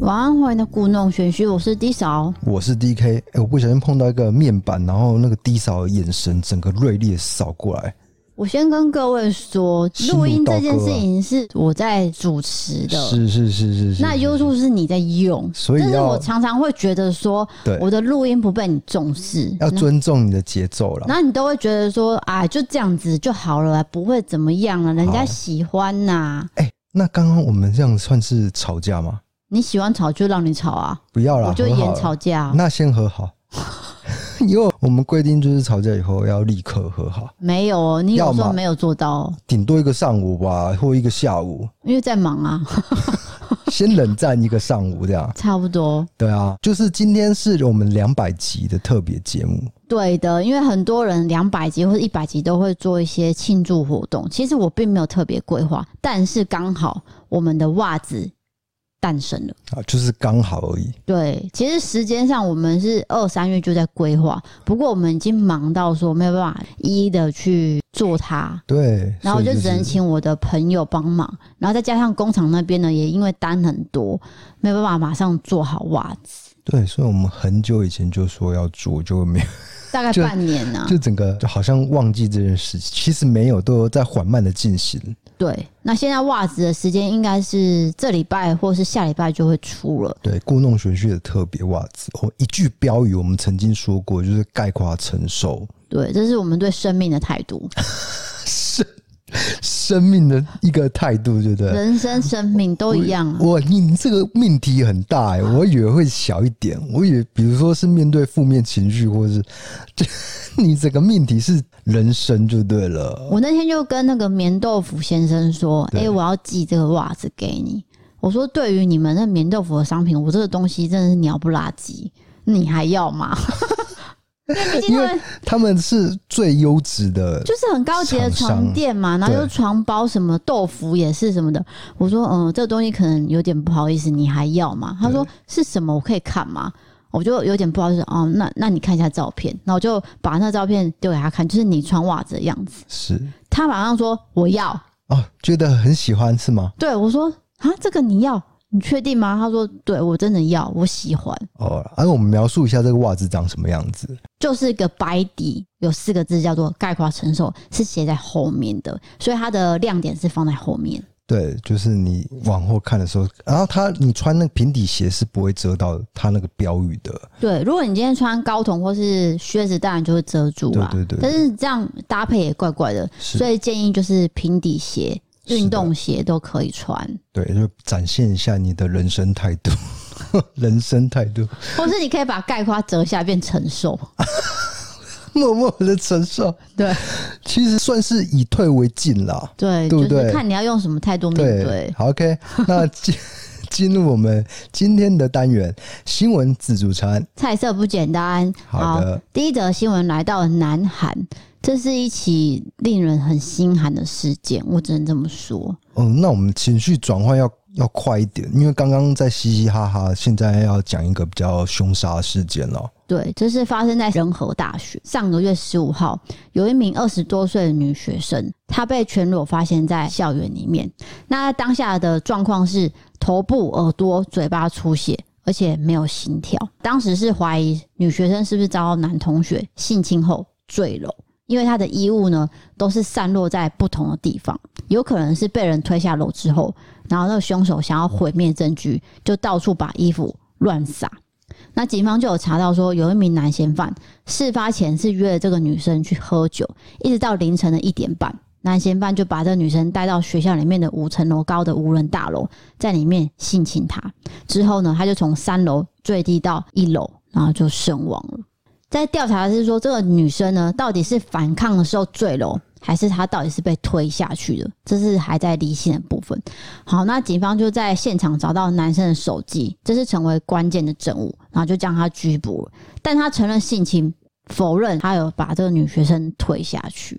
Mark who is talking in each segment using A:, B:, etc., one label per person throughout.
A: 晚安，欢迎的故弄玄虚，我是 D 嫂。
B: 我是 DK，哎、我不小心碰到一个面板，然后那个低扫的眼神整个锐利的扫过来，
A: 我先跟各位说，
B: 心如
A: 录音这件
B: 刀割啊
A: 事情是我在主持的，
B: 是是是是是，
A: 那优助是你在用，
B: 所以
A: 但是
B: 要
A: 我常常会觉得说，
B: 对
A: 我的录音不被你重视，
B: 要尊重你的节奏啦。
A: 然后你都会觉得说，啊，就这样子就好了，啊不会怎么样啊了，人家
B: 好
A: 喜欢呐、
B: 哎、那刚刚我们这样算是吵架吗？
A: 你喜欢吵就让你吵啊，
B: 不要啦，
A: 我就
B: 和好
A: 演
B: 了
A: 吵架啊、
B: 那先和好， 因为我们规定就是吵架以后要立刻和好，
A: 没有哦，你有
B: 要
A: 时候
B: 嘛
A: 没有做到哦，
B: 顶多一个上午吧，或一个下午，
A: 因为在忙啊，
B: 先冷战一个上午这样。
A: 差不多。
B: 对啊，就是今天是我们两百集的特别节目，
A: 对的，因为很多人两百集或者一百集都会做一些庆祝活动。其实我并没有特别规划，但是刚好我们的袜子诞生了。
B: 啊，就是刚好而已。
A: 对，其实时间上我们是二三月就在规划，不过我们已经忙到说没有办法一一的去做它。
B: 对，
A: 然后我
B: 所
A: 就
B: 以
A: 只能
B: 是
A: 请我的朋友帮忙，然后再加上工厂那边呢，也因为单很多，没有办法马上做好袜子，
B: 对，所以我们很久以前就说要做，就没有，
A: 大概
B: 就
A: 半年啊呢、
B: 就整个就好像忘记这件事情。其实没有，都有在缓慢的进行。
A: 对，那现在袜子的时间应该是这礼拜或是下礼拜就会出了。
B: 对，故弄玄虚的特别袜子，哦，一句标语我们曾经说过，就是概括承受
A: 对，这是我们对生命的态度，
B: 生生命的一个态度，对不对？
A: 人生、生命都一样啊。
B: 哇，你你这个命题很大哎、我以为会小一点，我以为比如说是面对负面情绪，或是 这你整个命题是人生就对了。
A: 我那天就跟那个棉豆腐先生说：“哎、
B: 对
A: 我要寄这个袜子给你。”我说：“对于你们那棉豆腐的商品，我这个东西真的是鸟不拉几，你还要吗？” 因为毕竟
B: 因
A: 他
B: 为
A: 们
B: 他们是最优质的，
A: 就是很高级的
B: 厂商
A: 床垫嘛，然后又
B: 对
A: 床包什么豆腐也是什么的。我说，嗯，这个东西可能有点不好意思，你还要吗？他说是什么，我可以看吗？我就有点不好意思，哦，那那你看一下照片，然后我就把那照片丢给他看，就是你穿袜子的样子。
B: 是
A: 他马上说我要，
B: 哦，觉得很喜欢是吗？
A: 对我说啊，这个你要，你确定吗？他说对我真的要，我喜欢，
B: 哦，而、啊、我们描述一下这个袜子长什么样子。
A: 就是一个白底，有四个字叫做概括承受，是写在后面的，所以它的亮点是放在后面。
B: 对，就是你往后看的时候，然后它你穿那个平底鞋是不会遮到它那个标语的，
A: 对，如果你今天穿高筒或是靴子，当然就会遮住啦。
B: 对对对
A: 但是这样搭配也怪怪的，
B: 是
A: 所以建议就是平底鞋、
B: 是的
A: 运动鞋都可以 穿，
B: 对，就展现一下你的人生态度， 人生态度，
A: 或是你可以把盖花折下变承受。
B: 默默的承受，
A: 对
B: 其实算是以退为进啦。
A: 对，
B: 对不
A: 就
B: 对
A: 是看你要用什么态度面对。
B: 嗯对，好，OK，那进 进入我们今天的单元新闻自助餐，
A: 菜色不简单。
B: 好的
A: 第一则新闻来到南韩，这是一起令人很心寒的事件，我只能这么说。
B: 嗯，那我们情绪转换要要快一点，因为刚刚在嘻嘻哈哈，现在要讲一个比较凶杀的事件哦了。
A: 对，这是发生在仁和大学。上个月十五号，有一名二十多岁的女学生，她被全裸发现在校园里面。那当下的状况是头部、耳朵、嘴巴出血，而且没有心跳。当时是怀疑女学生是不是遭男同学性侵后坠楼，因为她的衣物呢都是散落在不同的地方，有可能是被人推下楼之后，然后那个凶手想要毁灭证据，就到处把衣服乱撒。那警方就有查到说，有一名男嫌犯事发前是约了这个女生去喝酒，一直到凌晨的一点半，男嫌犯就把这女生带到学校里面的五层楼高的无人大楼，在里面性侵她。之后呢，他就从三楼坠地到一楼，然后就身亡了。在调查的是说，这个女生呢，到底是反抗的时候坠楼，还是她到底是被推下去的？这是还在理性的部分。好，那警方就在现场找到男生的手机，这是成为关键的证物，然后就将他拘捕了。但他承认性侵，否认他有把这个女学生推下去。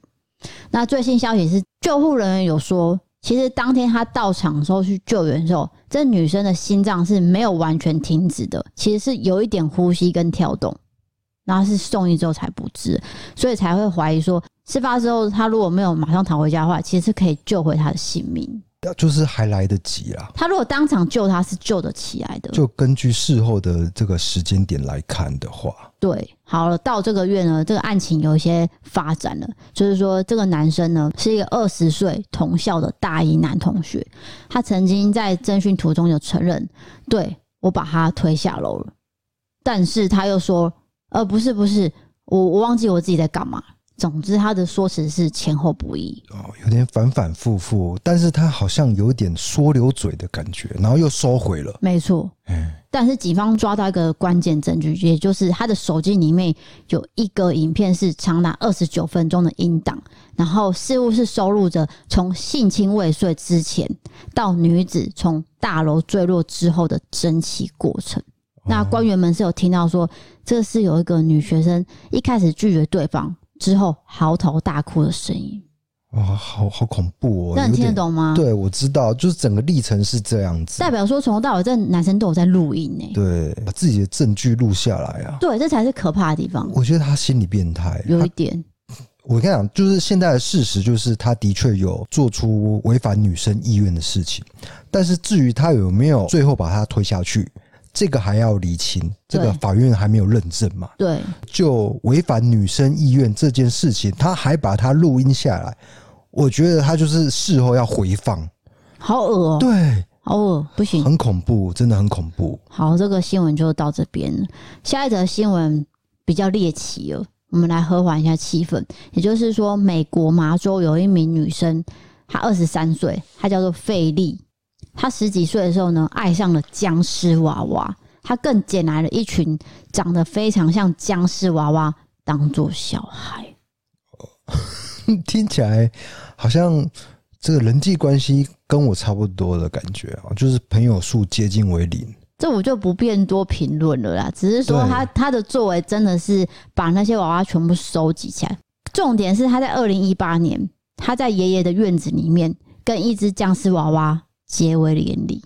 A: 那最新消息是，救护人员有说，其实当天他到场的时候去救援的时候，这女生的心脏是没有完全停止的，其实是有一点呼吸跟跳动，然后是送医之后才不治，所以才会怀疑说，事发之后他如果没有马上逃回家的话，其实是可以救回他的性命。
B: 就是还来得及啦。
A: 他如果当场救他是救得起来的，
B: 就根据事后的这个时间点来看的话，
A: 对，好了，到这个月呢，这个案情有一些发展了，就是说这个男生呢是一个二十岁同校的大一男同学，他曾经在侦讯途中有承认，对我把他推下楼了，但是他又说，呃，不是不是，我我忘记我自己在干嘛。总之，他的说辞是前后不一，
B: 哦，有点反反复复，但是他好像有点说溜嘴的感觉，然后又收回了。
A: 没错。
B: 嗯，
A: 但是警方抓到一个关键证据，也就是他的手机里面有一个影片是长达二十九分钟的音档，然后似乎是收录着从性侵未遂之前到女子从大楼坠落之后的争奇过程。
B: 哦
A: 那官员们是有听到说，这是有一个女学生一开始拒绝对方之后嚎啕大哭的声音。
B: 哇、好好恐怖哦！
A: 那你
B: 有
A: 听得
B: 点？
A: 懂吗？，
B: 对，我知道，就是整个历程是这样子
A: 代。表说从头到尾，这男生都有在录音呢、
B: 对，把自己的证据录下来啊。
A: 对，这才是可怕的地方，
B: 我觉得他心理变态。
A: 有
B: 他
A: 一点。
B: 我跟你讲，就是现在的事实就是，他的确有做出违反女生意愿的事情，但是至于他有没有最后把他推下去，这个还要厘清，这个
A: 对
B: 法院还没有认证嘛。
A: 对，
B: 就违反女生意愿这件事情，他还把它录音下来，我觉得他就是事后要回放，
A: 好恶哦、
B: 对，
A: 好恶，不行。
B: 很恐怖，真的很恐怖。
A: 好，这个新闻就到这边了。下一则新闻比较猎奇了，我们来和缓一下气氛。也就是说，美国麻州有一名女生，她二十三岁，她叫做费利。她十几岁的时候呢，爱上了僵尸娃娃。她更捡来了一群长得非常像僵尸娃娃当做小孩。
B: 听起来好像这个人际关系跟我差不多的感觉啊，就是朋友数接近为零。
A: 这我就不便多评论了啦，只是说
B: 对
A: 他他的作为真的是把那些娃娃全部收集起来。重点是他在二零一八年，他在爷爷的院子里面跟一只僵尸娃娃结为连理，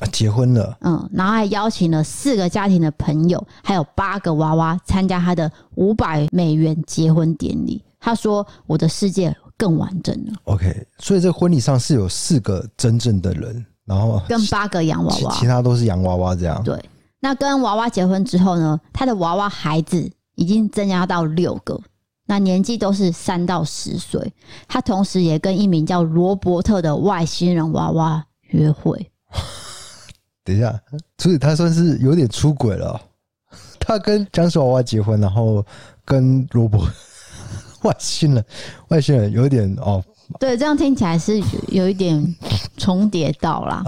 B: 啊，结婚了，
A: 嗯，然后还邀请了四个家庭的朋友，还有八个娃娃参加他的五百美元结婚典礼。他说：“我的世界更完整了，
B: ，OK，所以这婚礼上是有四个真正的人，然后
A: 跟
B: 其
A: 八个洋娃娃。”
B: 其他都是洋娃娃这样。
A: 对，那跟娃娃结婚之后呢，他的娃娃孩子已经增加到六个，那年纪都是三到十岁。他同时也跟一名叫罗伯特的外星人娃娃约会。
B: 等一下，所以他算是有点出轨了哦。 他跟僵尸娃娃结婚，然后跟罗伯 外星人，外星人有点哦，
A: 对，这样听起来是有有一点重叠到 啦。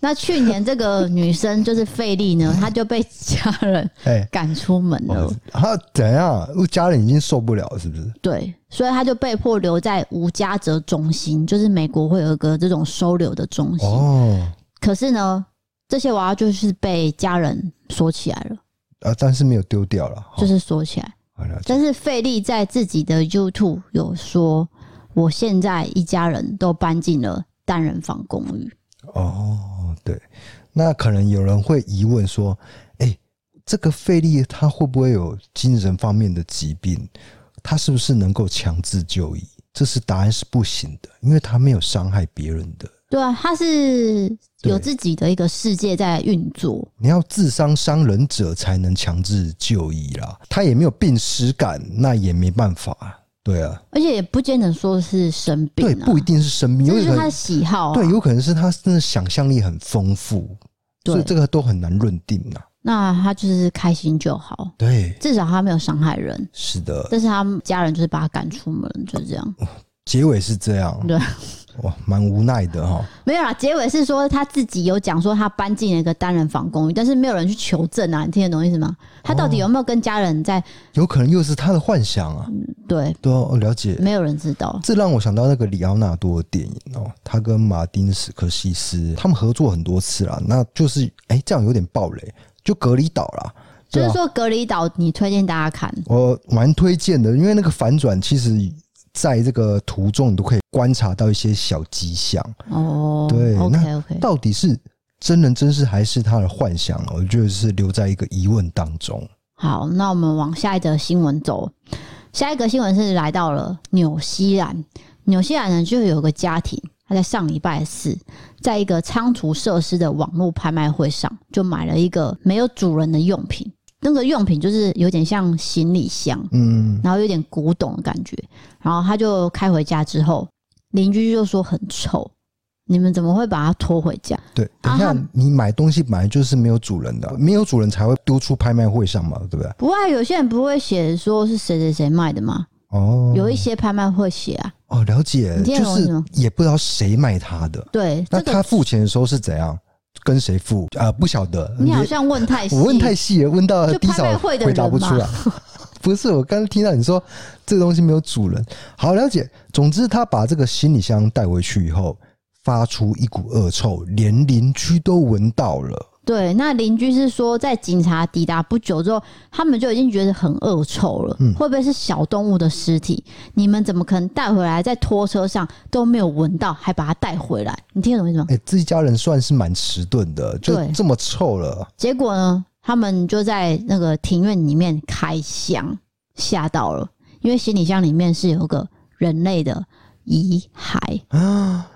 A: 那去年这个女生就是费利呢，她就被家人
B: 哎、
A: 赶出门了
B: 哦。他怎样？家人已经受不了了，是不是？
A: 对，所以她就被迫留在无家者中心，就是美国会有一个这种收留的中心。
B: 哦，
A: 可是呢，这些娃娃就是被家人锁起来了，
B: 啊，但是没有丢掉了，
A: 就
B: 哦
A: 是锁起来。
B: 好了解
A: 但是费利在自己的 YouTube 有说，我现在一家人都搬进了单人房公寓。
B: 哦，对。那可能有人会疑问说，哎、这个费利他会不会有精神方面的疾病？他是不是能够强制就医？这是答案是不行的，因为他没有伤害别人的。
A: 对啊，他是有
B: 对
A: 自己的一个世界在运作。
B: 你要自伤伤人者才能强制就医啦，他也没有病史感，那也没办法。对啊，
A: 而且也不见得说是生病、啊，
B: 对，不一，定是生病，
A: 这
B: 有
A: 就是
B: 可
A: 他的
B: 能
A: 喜好、啊。
B: 对，有可能是他真的想象力很丰富，所以
A: 对
B: 这个都很难论定啊。
A: 那他就是开心就好，
B: 对，
A: 至少他没有伤害人。
B: 是的，
A: 但是他们家人就是把他赶出门，就这样。
B: 结尾是这样，
A: 对，
B: 哇，蛮无奈的哈。
A: 没有啦，结尾是说他自己有讲说他搬进了一个单人房公寓，但是没有人去求证啊，你听得懂意思吗？他到底有没有跟家人在？
B: 有可能又是他的幻想啊，
A: 对，
B: 对哦，了解。
A: 没有人知道。
B: 这让我想到那个里奥纳多的电影哦，他跟马丁·史科西斯他们合作很多次啦，那就是哎，这样有点暴雷，就隔离岛啦。
A: 就
B: 对啊
A: 是说隔离岛你推荐大家看，
B: 我蛮推荐的，因为那个反转其实在这个途中你都可以观察到一些小迹象，
A: 哦，
B: 对
A: ，OK
B: 那
A: OK，
B: 到底是真人真事还是他的幻想，我觉得是留在一个疑问当中。
A: 好，那我们往下一则新闻走。下一个新闻是来到了纽西兰，纽西兰呢就有个家庭，他在上礼拜四，在一个仓储设施的网络拍卖会上，就买了一个没有主人的用品。那个用品就是有点像行李箱，
B: 嗯，
A: 然后有点古董的感觉。然后他就开回家之后，邻居就说很臭，你们怎么会把它拖回家？
B: 对，等一下、
A: 啊他
B: 你买东西本来就是没有主人的，没有主人才会丢出拍卖会上嘛，对不对？
A: 不会，有些人不会写说是谁谁谁卖的吗？
B: 哦，
A: 有一些拍卖会写啊，
B: 哦，了解，
A: 你听得
B: 就
A: 懂我意思
B: 是
A: 吗
B: 也不知道谁卖他的，
A: 对，
B: 那
A: 这个
B: 他付钱的时候是怎样，跟谁付啊、不晓得。
A: 你好像问太细，
B: 我问太细了，问到
A: 就
B: 低
A: 拍卖
B: 嫂
A: 会的
B: 回答
A: 人
B: 不出
A: 嘛
B: 来。 不是，我刚刚听到你说这个东西没有主人，好了解。总之，他把这个行李箱带回去以后，发出一股恶臭，连邻居都闻到了。
A: 对。那邻居是说，在警察抵达不久之后，他们就已经觉得很恶臭了，
B: 嗯
A: 会不会是小动物的尸体？你们怎么可能带回来，在拖车上都没有闻到，还把它带回来？你听得懂意思吗？
B: 哎、这一家人算是蛮迟钝的，就
A: 对
B: 这么臭了。
A: 结果呢，他们就在那个庭院里面开箱，吓到了，因为行李箱里面是有个人类的遗骸。
B: 啊，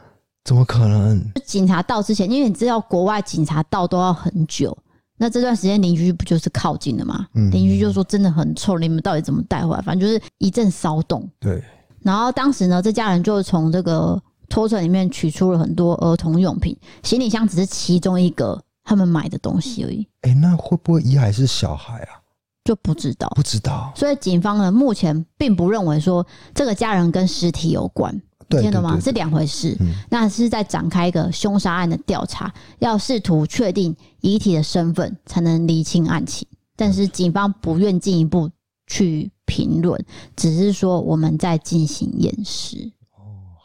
B: 怎么可能？
A: 警察到之前，因为你知道国外警察到都要很久，那这段时间邻居不就是靠近了吗？
B: 嗯
A: 邻居就说真的很臭，你们到底怎么带回来？反正就是一阵骚动。
B: 对，
A: 然后当时呢，这家人就从这个拖车里面取出了很多儿童用品，行李箱只是其中一个他们买的东西而已，
B: 哎、那会不会遗骸是小孩啊？
A: 就不知道。
B: 不知道。
A: 所以警方呢，目前并不认为说这个家人跟尸体有关，
B: 对
A: 听得懂吗？
B: 对对
A: 是两回事。
B: 嗯
A: 那是在展开一个凶杀案的调查，要试图确定遗体的身份，才能厘清案情。但是警方不愿进一步去评论，只是说我们在进行验尸。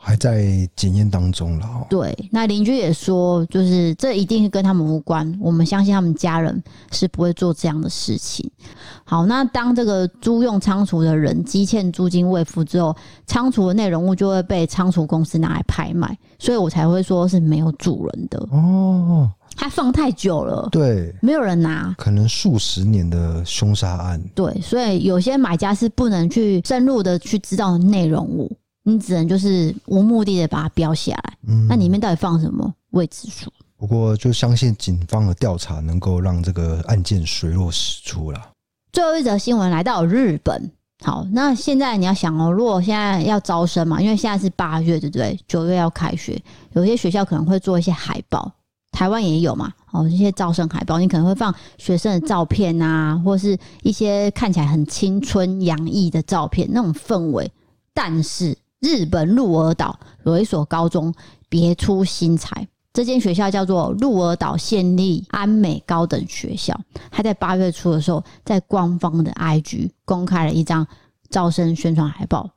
B: 还在检验当中了、哦。
A: 对，那邻居也说，就是这一定是跟他们无关，我们相信他们家人是不会做这样的事情。好，那当这个租用仓储的人积欠租金未付之后，仓储的内容物就会被仓储公司拿来拍卖，所以我才会说是没有主人的，
B: 哦，
A: 它放太久了，
B: 对，
A: 没有人拿。
B: 可能数十年的凶杀案。
A: 对，所以有些买家是不能去深入的去知道内容物，你只能就是无目的的把它标下来。
B: 嗯，
A: 那里面到底放什么未知数？
B: 不过就相信警方的调查能够让这个案件水落石出啦。
A: 最后一则新闻来到日本。好，那现在你要想哦，如果现在要招生嘛，因为现在是八月，对不对？九月要开学，有些学校可能会做一些海报，台湾也有嘛。哦，这些招生海报，你可能会放学生的照片啊，或是一些看起来很青春洋溢的照片，那种氛围。但是日本鹿儿岛有一所高中别出心裁，这间学校叫做鹿儿岛县立安美高等学校。他在八月初的时候，在官方的 IG 公开了一张招生宣传海报，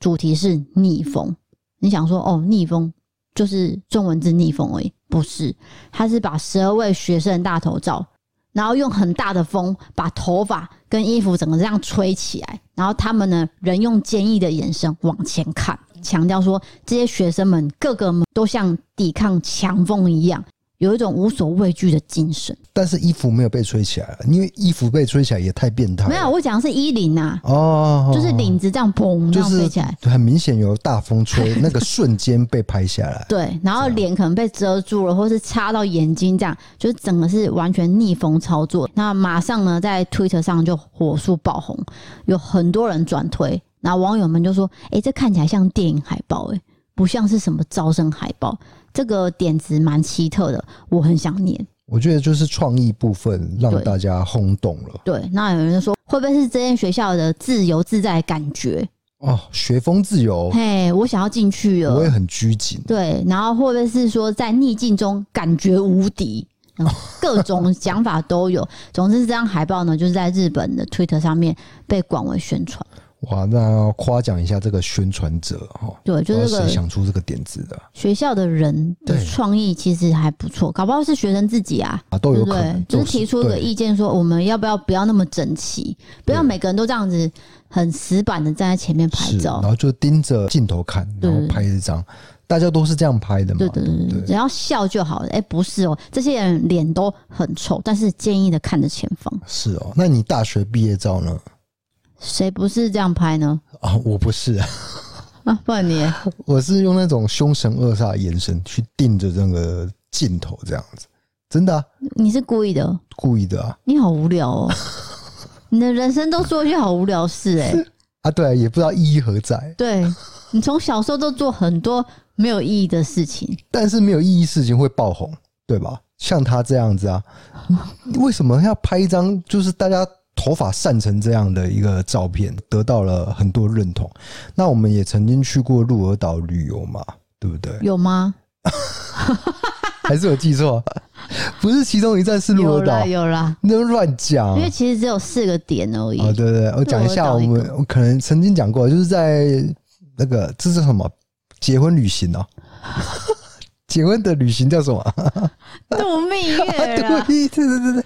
A: 主题是逆风。你想说哦，逆风就是中文字逆风而已，不是？他是把十二位学生的大头照，然后用很大的风把头发跟衣服整个这样吹起来，然后他们呢，人用坚毅的眼神往前看，强调说这些学生们个个都像抵抗强风一样，有一种无所畏惧的精神。
B: 但是衣服没有被吹起来，因为衣服被吹起来也太变态了。
A: 没有，我讲的是衣领啊，
B: 哦，
A: 就是领子这样砰这
B: 就
A: 样
B: 是
A: 飞起来，
B: 很明显有大风 吹，那个瞬间被拍下来。
A: 对，然后脸可能被遮住了，或是插到眼睛这样，就是整个是完全逆风操作。那马上呢，在 Twitter 上就火速爆红，有很多人转推，然后网友们就说：“诶，这看起来像电影海报、诶，不像是什么招生海报。”这个点子蛮奇特的，我很想念。
B: 我觉得就是创意部分让
A: 对
B: 大家轰动了。
A: 对，那有人就说，会不会是这间学校的自由自在的感觉？
B: 哦，学风自由，
A: 嘿，我想要进去了。
B: 哦我也很拘谨。
A: 对，然后或者是说在逆境中感觉无敌，然 后各种讲法都有。总之，这张海报呢，就是在日本的 Twitter 上面被广为宣传。
B: 哇，那要夸奖一下这个宣传者哈，
A: 对，就
B: 不
A: 是
B: 知
A: 这
B: 道谁
A: 个
B: 想出这个点子的
A: 学校的人的
B: 对
A: 创意其实还不错，搞不好是学生自己啊，
B: 啊，都
A: 对
B: 有
A: 不
B: 可
A: 对
B: 能？
A: 就是提出一个
B: 对
A: 意见，说我们要不要不要那么整齐，不要
B: 对
A: 每个人都这样子很死板的站在前面拍
B: 是，
A: 照
B: 然。后就盯着镜头看，
A: 对
B: 然后拍一张，大家都是这样拍的嘛，
A: 对对对
B: 不
A: 对，只要笑就好了。哎、不是哦，这些人脸都很丑，但是坚毅的看着前方，
B: 是哦，那你大学毕业照呢？
A: 谁不是这样拍呢？
B: 啊，我不是啊，
A: 啊，不然你也
B: 我是用那种凶神恶煞的眼神去盯着这个镜头，这样子，真的、啊，
A: 你是故意的，
B: 故意的啊。
A: 你好无聊 哦，你的人生都做一些好无聊的事哎、
B: 啊，对啊，也不知道意义何在，
A: 对你从小时候都做很多没有意义的事情，
B: 但是没有意义事情会爆红，对吧？像他这样子啊，为什么要拍一张就是大家头发散成这样的一个照片，得到了很多认同？那我们也曾经去过鹿儿岛旅游嘛，对不对？
A: 有吗？
B: 还是有记错？啊 不是其中一站是鹿
A: 有
B: 儿岛
A: 啦，有啦，
B: 你在那乱讲。
A: 因为其实只有四个点而已。
B: 哦，对对，我讲一
A: 鹿
B: 下，我
A: 儿岛一个
B: 们我可能曾经讲过，就是在那个这是什么结婚旅行哦，结婚的旅行叫什么？
A: 度蜜月啦，
B: 对对对对对，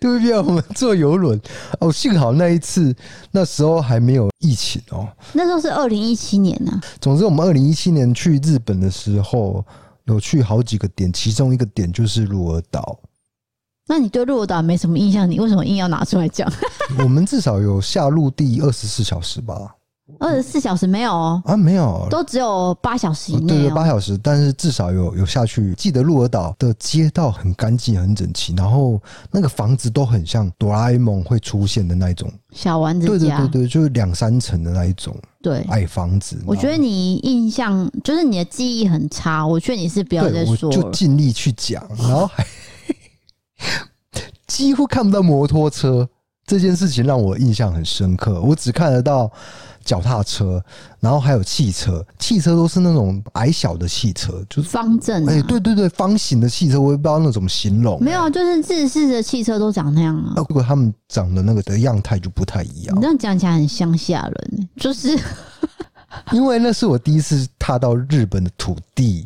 B: 对不起，我们坐游轮哦，幸好那一次那时候还没有疫情哦。
A: 那时候是二零一七年啊呐、
B: 总之，我们二零一七年去日本的时候，有去好几个点，其中一个点就是鹿儿岛。
A: 那你对鹿儿岛没什么印象，你为什么硬要拿出来讲？
B: 我们至少有下陆地二十四小时吧？
A: 二十四小时没有哦，
B: 啊，没有。
A: 都只有八小时以
B: 对
A: 内
B: 对，
A: 哦。
B: 八小时，但是至少有有下去。记得鹿儿岛的街道很干净、很整齐，然后那个房子都很像哆啦 A 梦会出现的那一种，
A: 小丸子
B: 对对
A: 家，
B: 对对，就是两三层的那一种
A: 对
B: 矮房子。
A: 我觉得
B: 然后
A: 你印象就是你的记忆很差，我劝你是不要再
B: 对，我
A: 说
B: 就
A: 了。
B: 尽力去讲，然后还 几乎看不到摩托车这件事情让我印象很深刻。我只看得到脚踏车，然后还有汽车，汽车都是那种矮小的汽车，就是
A: 方正、啊
B: 哎、对对对，方形的汽车，我也不知道那怎么形容、
A: 没有啊，就是日式的汽车都长那样啊。
B: 那如果他们长的那个的样态就不太一
A: 你
B: 样
A: 这，样讲起来很乡下人欸，就是
B: 因为那是我第一次踏到日本的土 地，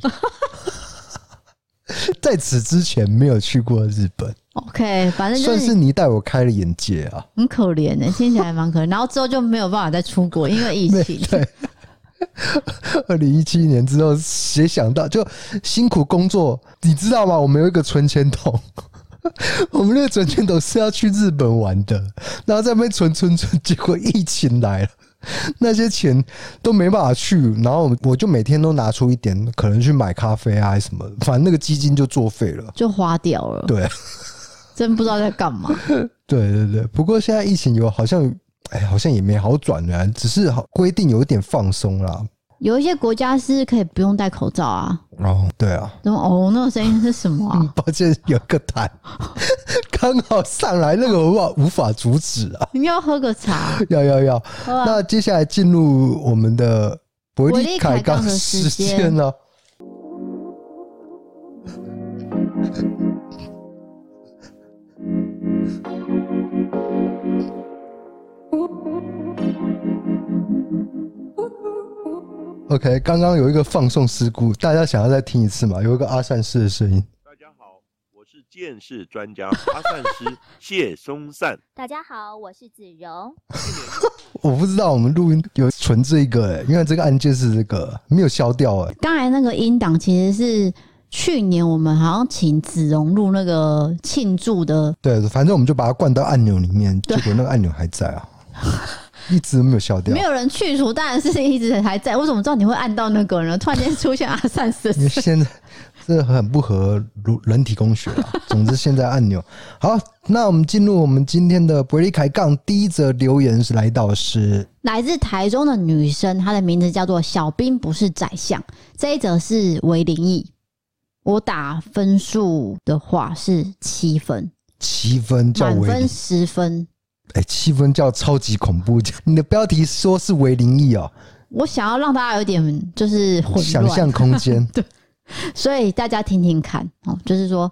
B: 在此之前没有去过日本，
A: OK，反正就
B: 算是
A: 是
B: 你带我开了眼界啊。
A: 很可怜的、听起来蛮可怜。然后之后就没有办法再出国，因为疫
B: 对
A: 情。
B: 对，二零一七年之后，谁想到就辛苦工作，你知道吗？我们有一个存钱筒。 我们那个存钱筒是要去日本玩的，然后在那边存存存，结果疫情来了，那些钱都没办法去，然后我们我就每天都拿出一点，可能去买咖啡啊还是什么，反正那个基金就作废了。
A: 就花掉了，
B: 对
A: 真不知道在干嘛。
B: 对对对，不过现在疫情有好像，哎，好像也没好转了，啊只是好规定有一点放松啦。
A: 有一些国家是可以不用戴口罩啊，
B: 哦，对啊，
A: 什么哦，那个声音是什么啊？
B: 嗯抱歉，有个痰， 刚好上来，那个我无法阻止啊！
A: 你要喝个茶，
B: 要要要，
A: 喝啊
B: 那接下来进入我们的嗯伯
A: 伯
B: 利
A: 利
B: 凯
A: 凯杠
B: 刚
A: 的时
B: 时间哦了。OK，刚刚有一个放送事故，大家想要再听一次吗？有一个阿善师的声音。
C: 大家好，我是剑士专家阿善师谢松善。
D: 大家好，我是子荣。
B: 我不知道我们录音有存这个、欸，因为这个按键是这个没有消掉、欸，
A: 刚才那个音档其实是去年我们好像请子荣录那个庆祝的，
B: 对，反正我们就把它灌到按钮里面，结果那个按钮还在 啊，一直都没有消掉
A: 没。有人去除，当然是一直还在。我怎么知道你会按到那个 呢？突然间出现阿三四
B: 因为现在这很不合人人体工学 啊。总之，现在按钮好，那我们进入我们今天的伯利凯杠第一则留言是来到是
A: 来自台中的女生，她的名字叫做小兵，不是宰相。这一则是为林毅，我打分数的话是七分，
B: 七分叫
A: 满
B: 维
A: 分
B: 林，
A: 十分。
B: 哎、七分叫超级恐怖。 你的标题说是维林义哦，
A: 我想要让大家有点就是混
B: 想
A: 乱
B: 象，空间
A: 所以大家听听看哦，就是说。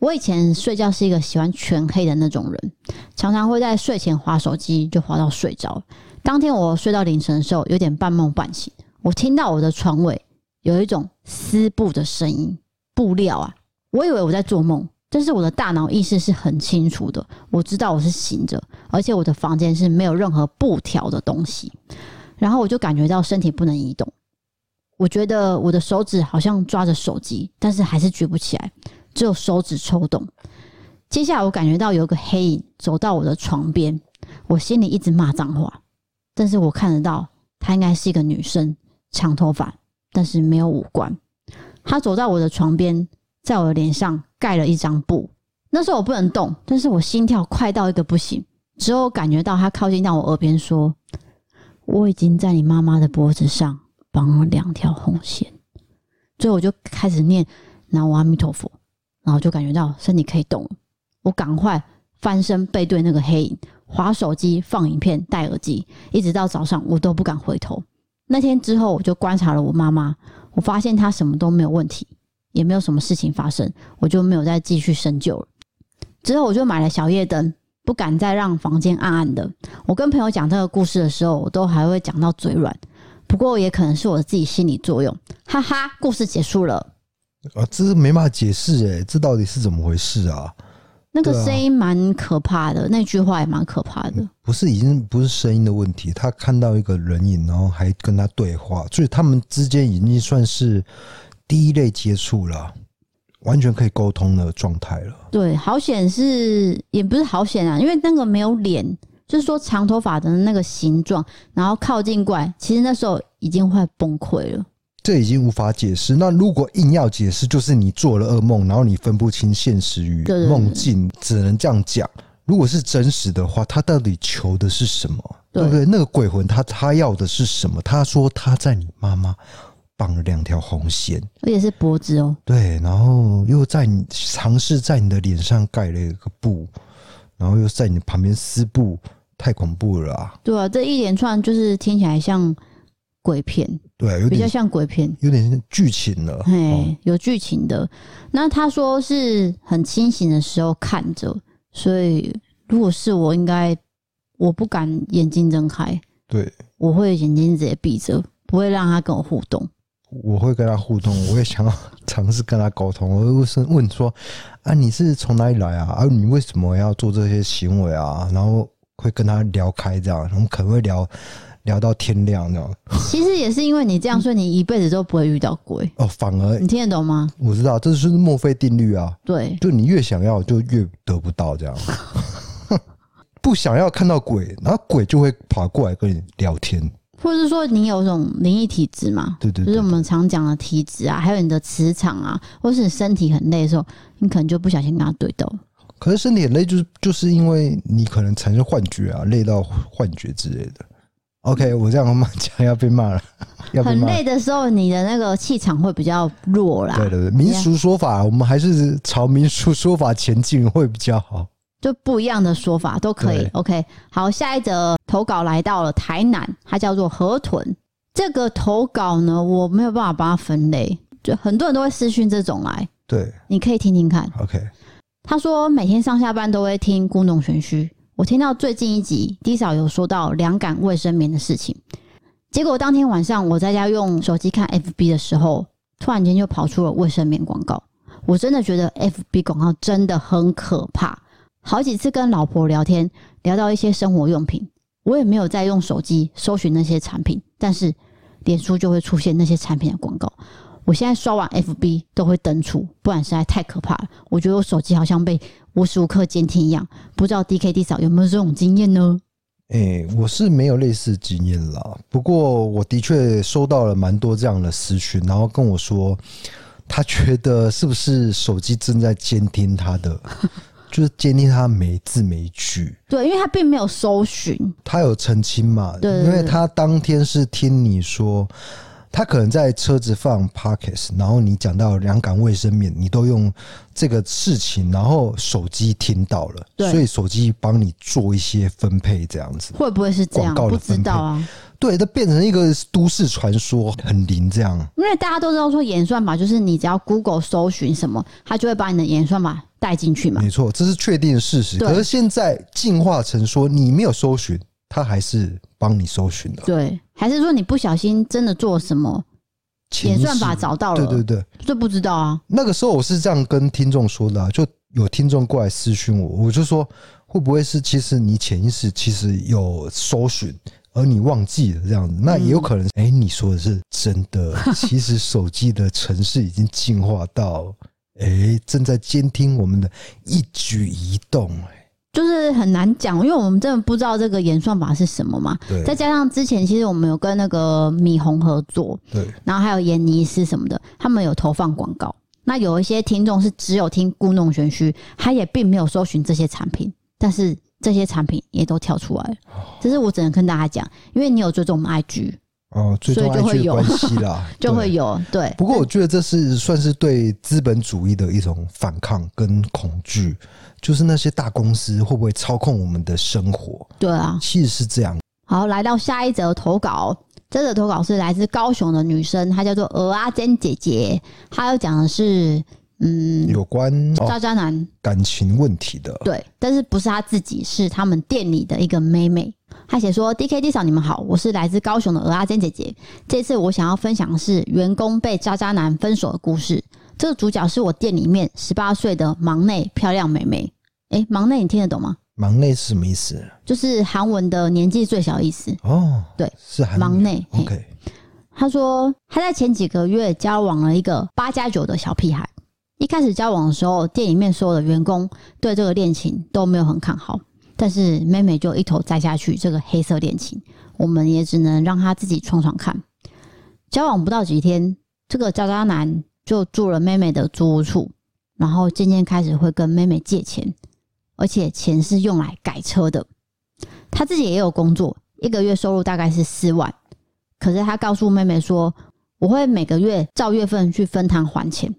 A: 我以前睡觉是一个喜欢全黑的那种人，常常会在睡前划手机就划到睡着。当天我睡到凌晨的时候，有点半梦半醒，我听到我的床尾有一种撕布的声音，布料啊，我以为我在做梦，但是我的大脑意识是很清楚的，我知道我是醒着，而且我的房间是没有任何布条的东西，然后我就感觉到身体不能移动，我觉得我的手指好像抓着手机，但是还是举不起来，只有手指抽动。接下来我感觉到有一个黑影走到我的床边，我心里一直骂脏话，但是我看得到她应该是一个女生，长头发，但是没有五官。她走到我的床边，在我的脸上盖了一张布。那时候我不能动，但是我心跳快到一个不行。之后感觉到她靠近到我耳边说：“我已经在你妈妈的脖子上绑了两条红线。”所以我就开始念“南无阿弥陀佛”，然后就感觉到身体可以动了。我赶快翻身背对那个黑影，划手机、放影片、戴耳机，一直到早上，我都不敢回头。那天之后，我就观察了我妈妈，我发现她什么都没有问题，也没有什么事情发生，我就没有再继续深究了。之后我就买了小夜灯，不敢再让房间暗暗的。我跟朋友讲这个故事的时候，我都还会讲到嘴软，不过也可能是我自己心理作用，哈哈。故事结束了。
B: 啊，这是没办法解释哎、这到底是怎么回事啊？
A: 那个
B: 对啊
A: 声音蛮可怕的，那句话也蛮可怕的。
B: 不是已经不是声音的问题，他看到一个人影，然后还跟他对话，所以他们之间已经算是第一类接触了，完全可以沟通的状态了。
A: 对，好险是也不是好险啊，因为那个没有脸，就是说长头发的那个形状，然后靠近过来，其实那时候已经快崩溃了。
B: 这已经无法解释。那如果硬要解释，就是你做了噩梦，然后你分不清现实与
A: 对对对
B: 梦境，只能这样讲。如果是真实的话，他到底求的是什么？
A: 对
B: 对不对？那个鬼魂他他要的是什么？他说他在你妈妈绑了两条红线，
A: 而且是脖子哦，
B: 对，然后又在你尝试在你的脸上盖了一个布，然后又在你旁边撕布，太恐怖了啊！
A: 对啊，这一连串就是听起来像鬼片，
B: 对，啊有
A: 比较
B: 点
A: 像鬼片，
B: 有点剧情了。哦
A: 嘿，有剧情的。那他说是很清醒的时候看着，所以如果是我，应该我不敢眼睛睁开，
B: 对，
A: 我会眼睛直接闭着，不会让他跟我互 动。
B: 我会跟他 互动，我也想要尝试跟他沟通。我会是问说：“啊，你是从哪里来啊？啊，你为什么要做这些行为啊？”然后会跟他聊开这样，我们可能会聊聊到天亮这样。
A: 其实也是因为你这样，所以你一辈子都不会遇到鬼。
B: 哦，反而
A: 你听得懂吗？
B: 我知道，这就是墨菲定律啊。
A: 对，
B: 就你越想要，就越得不 到，这样。不想要看到鬼，然后鬼就会跑过来跟你聊天。
A: 或者是说你有一种灵异体质嘛？
B: 对对
A: 就是
B: 对
A: 我，们常讲的体质啊，还有你的磁场啊，或是你身体很累的时候，你可能就不小心跟他对到。
B: 可是身体很累，就是就是因为你可能产生幻觉啊，累到幻觉之类的。OK，我这样骂讲要被骂了， 要被
A: 很
B: 骂了。
A: 累啊的时候，你的那个气场会比较弱啦，
B: 对对对，民俗说法，我们还是朝民俗说法前进会比较好。
A: 就不一样的说法都可以
B: 对。
A: OK，好，下一则投稿来到了台南，它叫做河豚。这个投稿呢，我没有办法把它分类，就很多人都会私讯这种来，
B: 对
A: 你可以听听看。
B: ，OK，
A: 他说每天上下班都会听《故弄玄虚》，我听到最近一集低嫂有说到凉感卫生棉的事情，结果当天晚上我在家用手机看 FB 的时候，突然间就跑出了卫生棉广告。我真的觉得 FB 广告真的很可怕，好几次跟老婆聊天，聊到一些生活用品，我也没有在用手机搜寻那些产品，但是脸书就会出现那些产品的广告。我现在刷完 FB 都会登出，不然实在太可怕了。我觉得我手机好像被无时无刻监听一样，不知道 DKD 嫂有没有这种经验呢？
B: 诶、我是没有类似经验啦，不过我的确收到了蛮多这样的私讯，然后跟我说，他觉得是不是手机正在监听他的， 就是监听他每字每句。
A: 对，因为他并没有搜寻，
B: 他有澄清嘛？
A: 对对
B: 因为他当天是听你说，他可能在车子放 Pockets，然后你讲到两感卫生棉，你都用这个事情，然后手机听到了，
A: 对
B: 所以手机帮你做一些分配，这样子。
A: 会不会是这样？
B: 广告
A: 不
B: 的
A: 知
B: 分配
A: 道啊，
B: 对，它变成一个都市传说，很灵这样。
A: 因为大家都知道说演算法就是你只要 Google 搜寻什么，它就会把你的演算法带进去嘛。
B: 嗯没错，这是确定的事实。
A: 对
B: 可是现在进化成说，你没有搜寻，他还是帮你搜寻了。
A: 对，还是说你不小心真的做什么
B: 潜
A: 演
B: 意识
A: 算法找到了？
B: 对对对，
A: 这不知道啊。
B: 那个时候我是这样跟听众说的、啊，就有听众过来私讯我，我就说会不会是其实你潜意识其实有搜寻，而你忘记了这样子，那也有可能，哎、你说的是真的，
A: 嗯
B: 其实手机的城市已经进化到，哎、正在监听我们的一举一动、哎，
A: 就是很难讲，因为我们真的不知道这个演算法是什么嘛。
B: 对
A: 再加上之前其实我们有跟那个米红合作，
B: 对，
A: 然后还有闫妮斯什么的，他们有投放广告。那有一些听众是只有听故弄玄虚，他也并没有搜寻这些产品，但是这些产品也都跳出来了。这是我只能跟大家讲，因为你有追踪我们 IG，
B: 哦，最终
A: 所以就会
B: IG 的
A: 有，
B: 关系啦
A: 就会
B: 对。
A: 有对。啊
B: 不过我觉得这是算是对资本主义的一种反抗跟恐惧，就是那些大公司会不会操控我们的生活？
A: 对啊，
B: 其实是这样，
A: 好，来到下一则投稿。这则投稿是来自高雄的女生，她叫做鹅阿珍姐姐，她要讲的是，嗯，
B: 有关
A: 渣
B: 哦
A: 渣男
B: 感情问题的。
A: 对，但是不是他自己，是他们店里的一个妹妹。他写说：“D K D 嫂，你们好，我是来自高雄的鹅阿珍姐姐。这次我想要分享的是员工被渣渣男分手的故事。这个主角是我店里面十八岁的忙内漂亮妹妹。诶、忙内你听得懂吗？
B: 忙内是什么意思？
A: 就是韩文的年纪最小意思。
B: 哦，
A: 对，
B: 是韩语
A: 忙内嘿
B: OK，
A: 他说他在前几个月交往了一个八加九的小屁孩。一开始交往的时候，店里面所有的员工对这个恋情都没有很看好，但是妹妹就一头栽下去这个黑色恋情。我们也只能让他自己闯闯看。交往不到几天，这个渣渣男就住了妹妹的租屋处，然后渐渐开始会跟妹妹借钱，而且钱是用来改车的。他自己也有工作，一个月收入大概是四万，可是他告诉妹妹说，我会每个月照月份去分摊还钱。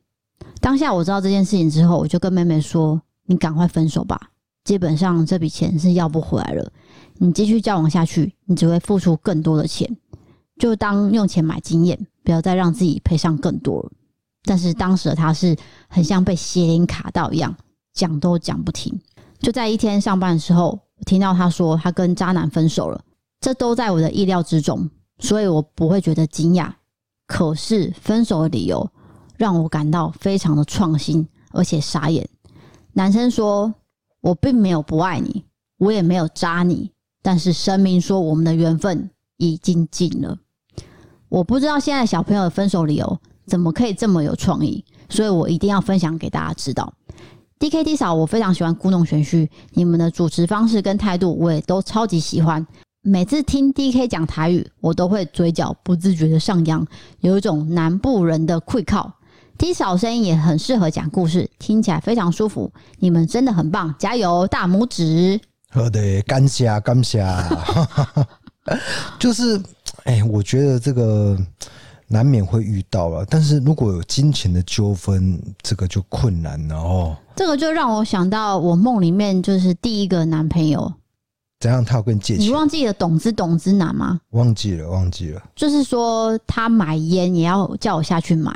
A: 当下我知道这件事情之后，我就跟妹妹说：“你赶快分手吧，基本上这笔钱是要不回来了。你继续交往下去，你只会付出更多的钱，就当用钱买经验，不要再让自己赔上更多了。”但是当时的他是很像被邪灵卡到一样，讲都讲不停。就在一天上班的时候，我听到他说他跟渣男分手了，这都在我的意料之中。所以我不会觉得惊讶。可是分手的理由让我感到非常的创新，而且傻眼。男生说：“我并没有不爱你，我也没有渣你，但是声明说我们的缘分已经尽了。”我不知道现在小朋友的分手理由怎么可以这么有创意，所以我一定要分享给大家知道。D K D 嫂，我非常喜欢故弄玄虚，你们的主持方式跟态度我也都超级喜欢。每次听 DK 讲台语，我都会嘴角不自觉的上扬，有一种南部人的愧靠。低少声音也很适合讲故事，听起来非常舒服。你们真的很棒，加油！大拇指。
B: 好的，感谢感谢， 就是哎、我觉得这个难免会遇到了，但是如果有金钱的纠纷，这个就困难了哦。
A: 这个就让我想到我梦里面就是第一个男朋友，
B: 怎样？他要跟你借
A: 你
B: 钱？
A: 忘记了懂之懂之男吗？
B: 忘记了，忘记了。
A: 就是说他买烟也要叫我下去买，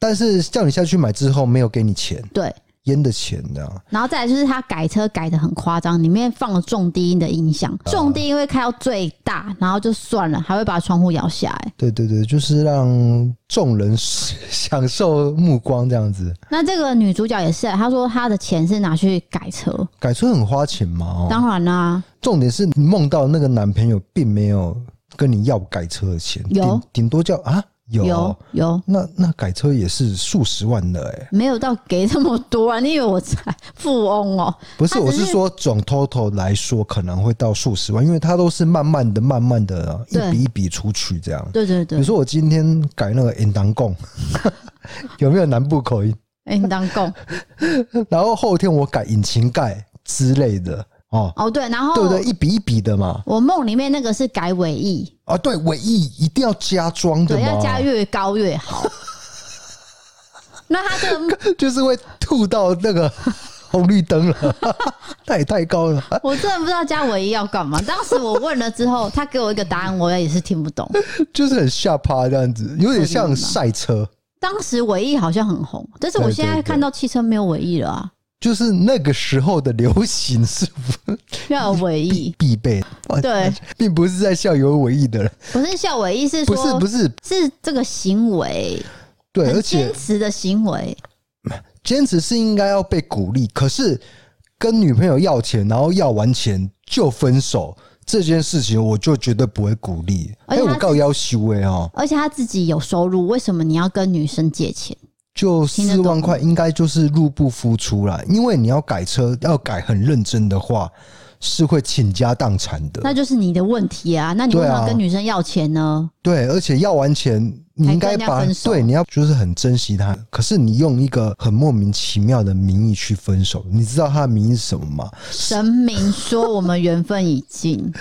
B: 但是叫你下去买之后，没有给你钱，
A: 对。
B: 烟的钱的、
A: 然后再来就是他改车改的很夸张，里面放了重低音的音响，
B: 嗯
A: 重低音会开到最大，然后就算了，还会把窗户摇下来。
B: 对对对，就是让众人享受目光这样子。
A: 那这个女主角也是，啊她说她的钱是拿去改车，
B: 改车很花钱嘛、哦，
A: 当然啦、
B: 重点是你梦到那个男朋友并没有跟你要改车的钱，
A: 有
B: 顶顶多叫啊有。
A: 有有
B: 那那改车也是数十万的哎、
A: 没有到给这么多啊？你以为我才富翁哦、
B: 不是，
A: 他只
B: 我是
A: 是
B: 说总 total 来说可能会到数十万，因为它都是慢慢的、慢慢的一
A: 对
B: 笔一笔出去这样。
A: 对对对
B: 你，说我今天改那个 n 当 贡，有没有南部口音？
A: 哎、你当 供
B: 然后后天我改引擎盖之类的哦，
A: 哦对，然后
B: 对不对？一笔一笔的嘛。
A: 我梦里面那个是改尾翼，
B: 啊，对，尾翼一定要加装的
A: 对，
B: 嘛，
A: 哦要加越高越 好。那他这个
B: 就是会吐到 那个红绿灯了， 那也太高了。啊
A: 我真的不知道加尾翼要干嘛。当时我问了之后，他给我一个答案，我也是听不懂。
B: 就是很下趴这样子，有点像赛车，
A: 当时尾翼好像很红，但是我
B: 对
A: 现
B: 对
A: 在
B: 对
A: 看到汽车没有尾翼了啊。
B: 就是那个时候的流行是不
A: 要有尾翼，
B: 必备，
A: 对，
B: 并不是在校有尾翼的人，
A: 不是校尾翼，是
B: 不是
A: 说
B: 不是
A: 是这个行为，
B: 对，而
A: 很
B: 且
A: 坚持的行为，
B: 坚持是应该要被鼓励，可是跟女朋友要钱，然后要完钱就分手这件事情，我就绝对不会鼓励。
A: 而
B: 哎、
A: 且他
B: 我
A: 是
B: 告要求哎哦，
A: 而且他自己有收入，为什么你要跟女生借钱？
B: 就
A: 听得
B: 四
A: 懂
B: 万块应该就是入不敷出啦，因为你要改车，要改很认真的话，是会倾家荡产
A: 那
B: 的。
A: 就是你的问题啊！那你为什么要
B: 对啊
A: 跟女生要钱呢？
B: 对，而且要完钱。你应该
A: 还跟人家
B: 把
A: 分手
B: 对你要就是很珍惜他，可是你用一个很莫名其妙的名义去分手，你知道他的名义是什么吗？
A: 神明说我们缘分已尽，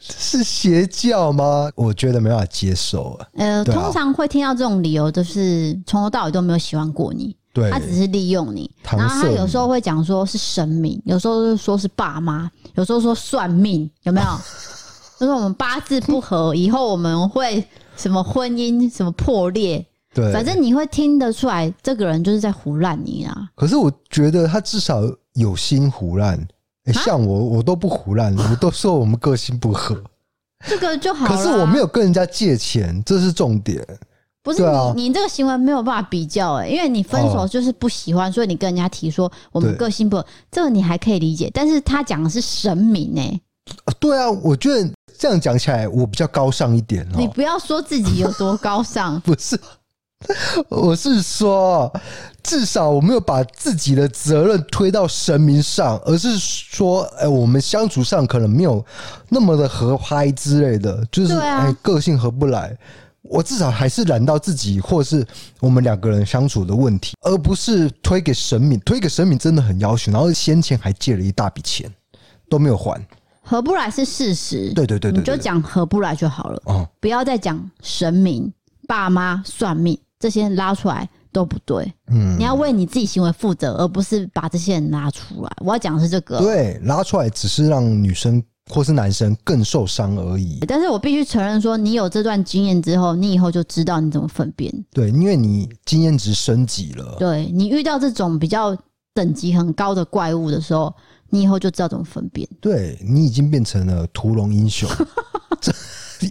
B: 是邪教吗？我觉得没办法接受啊。
A: 呃，
B: 对啊
A: 通常会听到这种理由，就是从头到尾都没有喜欢过你，
B: 对，
A: 他啊只是利用你。
B: 搪塞
A: 然后他
B: 你
A: 有时候会讲说是神明，有时候说是爸妈，有时候说算命，有没 有？就是我们八字不合，以后我们会什么婚姻什么破裂，
B: 对，
A: 反正你会听得出来，这个人就是在胡乱你啊。
B: 可是我觉得他至少有心胡乱、诶
A: 啊
B: 像我我都不 胡乱，我都说我们个性不合。
A: 这个就好啦。啊
B: 可是我没有跟人家借钱，这是重点。
A: 不是
B: 对
A: 你，
B: 啊
A: 你这个行为没有办法比较哎、因为你分手
B: 哦
A: 就是不喜欢，所以你跟人家提说我们
B: 对
A: 个性不合，这个你还可以理解。但是他讲的是神明哎、
B: 啊对啊，我觉得这样讲起来我比较高尚一点
A: 你
B: 哦。，
A: 不要说自己有多高尚
B: 不是， 我是说，至少我没有把自己的责任推到神明上，而是说，哎、我们相处上可能没有那么的合拍之类的，就是
A: 对
B: 哎、
A: 啊
B: 个性合不来。我至少还是揽到自己，或是我们两个人相处的问题，而不是推给神明。推给神明真的很要求，然后先前还借了一大笔钱都没有还。
A: 合不来是事实。
B: 对对对对对
A: 你就讲合不来就好了，
B: 哦，
A: 不要再讲神明、爸妈、算命这些拉出来都不对。
B: 嗯
A: 你，要为你自己行为负责，而不是把这些人拉出来。我要讲的是这个。
B: 对，拉出来只是让女生或是男生更受伤而已。
A: 但是我必须承认说，你有这段经验之后，你以后就知道你怎么分辨。
B: 对，因为你经验值升级了。
A: 对你遇到这种比较等级很高的怪物的时候，你以后就知道怎么分辨。
B: 对你已经变成了屠龙英 雄，这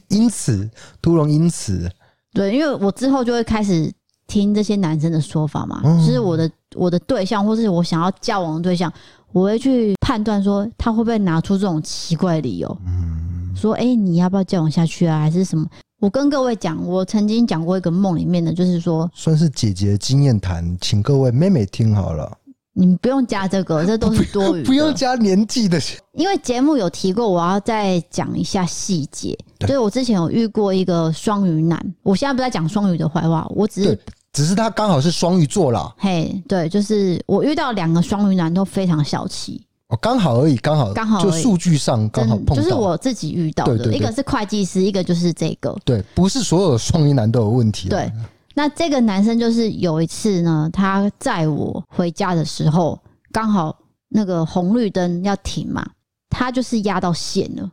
B: 因此屠龙因此
A: 对，因为我之后就会开始听这些男生的说法嘛，
B: 嗯
A: 就是我的我的对象，或是我想要交往的对象，我会去判断说他会不会拿出这种奇怪的理由，
B: 嗯
A: 说哎、诶你要不要交往下去啊，还是什么？我跟各位讲，我曾经讲过一个梦里面的，就是说
B: 算是姐姐经验谈，请各位妹妹听好了，
A: 你们不用加这个，这都是多余的，
B: 不用加年纪的。
A: 因为节目有提过，我要再讲一下细节。
B: 对
A: 就是我之前有遇过一个双鱼男，我现在不在讲双鱼的坏话，我只是
B: 对，只是他刚好是双鱼座啦，
A: 嘿，对，就是我遇到两个双鱼男都非常小气，
B: 哦，刚好而已，刚好，
A: 刚好而已
B: 就数据上刚好
A: 真
B: 碰
A: 就
B: 到。
A: 是我自己遇到的，
B: 对对对
A: 一个是会计师，一个就是这个。
B: 对，不是所有双鱼男都有问题、啊。
A: 对，那这个男生就是有一次呢，他载我回家的时候，刚好那个红绿灯要停嘛，他就是压到线了，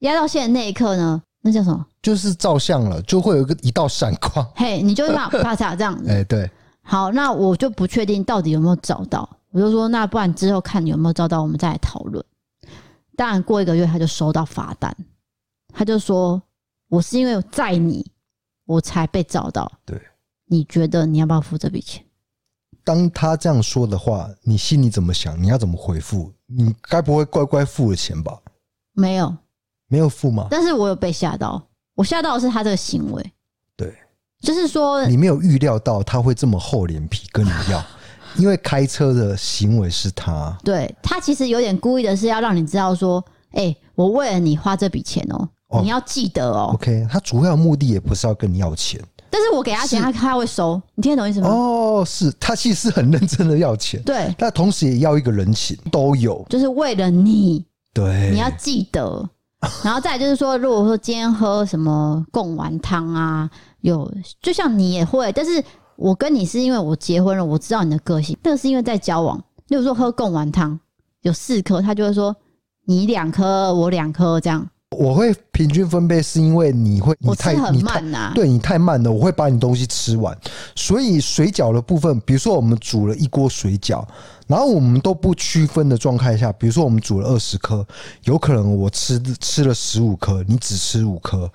A: 压到线的那一刻呢，那叫什么？
B: 就是照相了，就会有一个一道闪光。
A: 嘿，你就让啪嚓这样子
B: 哎、，对，
A: 好，那我就不确定到底有没有找到，我就说那不然之后看有没有找到，我们再来讨论。当然过一个月他就收到罚单，他就说我是因为载你我才被找到，
B: 对，
A: 你觉得你要不要付这笔钱？
B: 当他这样说的话，你心里怎么想？你要怎么回复？你该不会乖乖付了钱吧？
A: 没有，
B: 没有付吗？
A: 但是我有被吓到，我吓到的是他这个行为，
B: 对，
A: 就是说
B: 你没有预料到他会这么厚脸皮跟你 要，因为开车的行为是他。
A: 对他其实有点故意的是要让你知道说，哎、我为了你花这笔钱、哦，
B: 哦
A: 你要记得哦
B: OK，他主要目的也不是要跟你要钱
A: 但是我给他钱，
B: 是
A: 他他会收，你听得懂意思吗？
B: 哦，是他其实很认真的要钱，
A: 对，
B: 但同时也要一个人情，都有。
A: 就是为了你，
B: 对，
A: 你要记得。
B: 哎
A: 然后再来就是说，如果说今天喝什么贡丸汤啊，有就像你也会，但是我跟你是因为我结婚了，我知道你的个性，那个是因为在交往。例如说喝贡丸汤有四颗，他就会说你两颗，我两颗这样，
B: 我会平均分配，是因为你会你
A: 我吃
B: 太
A: 很
B: 你太
A: 慢啊呐、
B: 对你太慢了，我会把你东西吃完。所以水饺的部分，比如说我们煮了一锅水饺，然后我们都不区分的状态下，比如说我们煮了二十颗，有可能我吃吃了十五颗，你只吃五颗。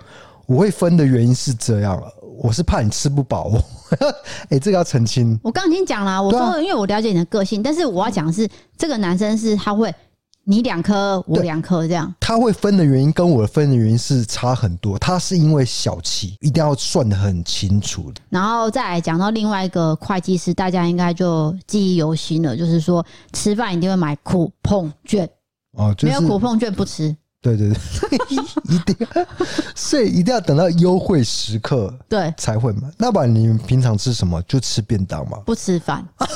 B: 我会分的原因是这样，我是怕你吃不饱、 哦。哎、这个要澄清。
A: 我刚刚已经讲了，我
B: 对啊
A: 说因为我了解你的个性，但是我要讲的是，这个男生是他会你两颗，我
B: 对
A: 两颗这样。
B: 他会分的原因跟我分的原因是差很多，他是因为小气，一定要算的很清楚。
A: 然后再来讲到另外一个会计师，大家应该就记忆犹新了，就是说吃饭一定会买苦碰券，
B: 哦，就是
A: 没有苦碰券不吃。
B: 对对对， 一定要，所以一定要等到优惠时刻
A: 对，
B: 才会买。那不然你们平常吃什么？就吃便当嘛？
A: 不吃饭，
B: 哦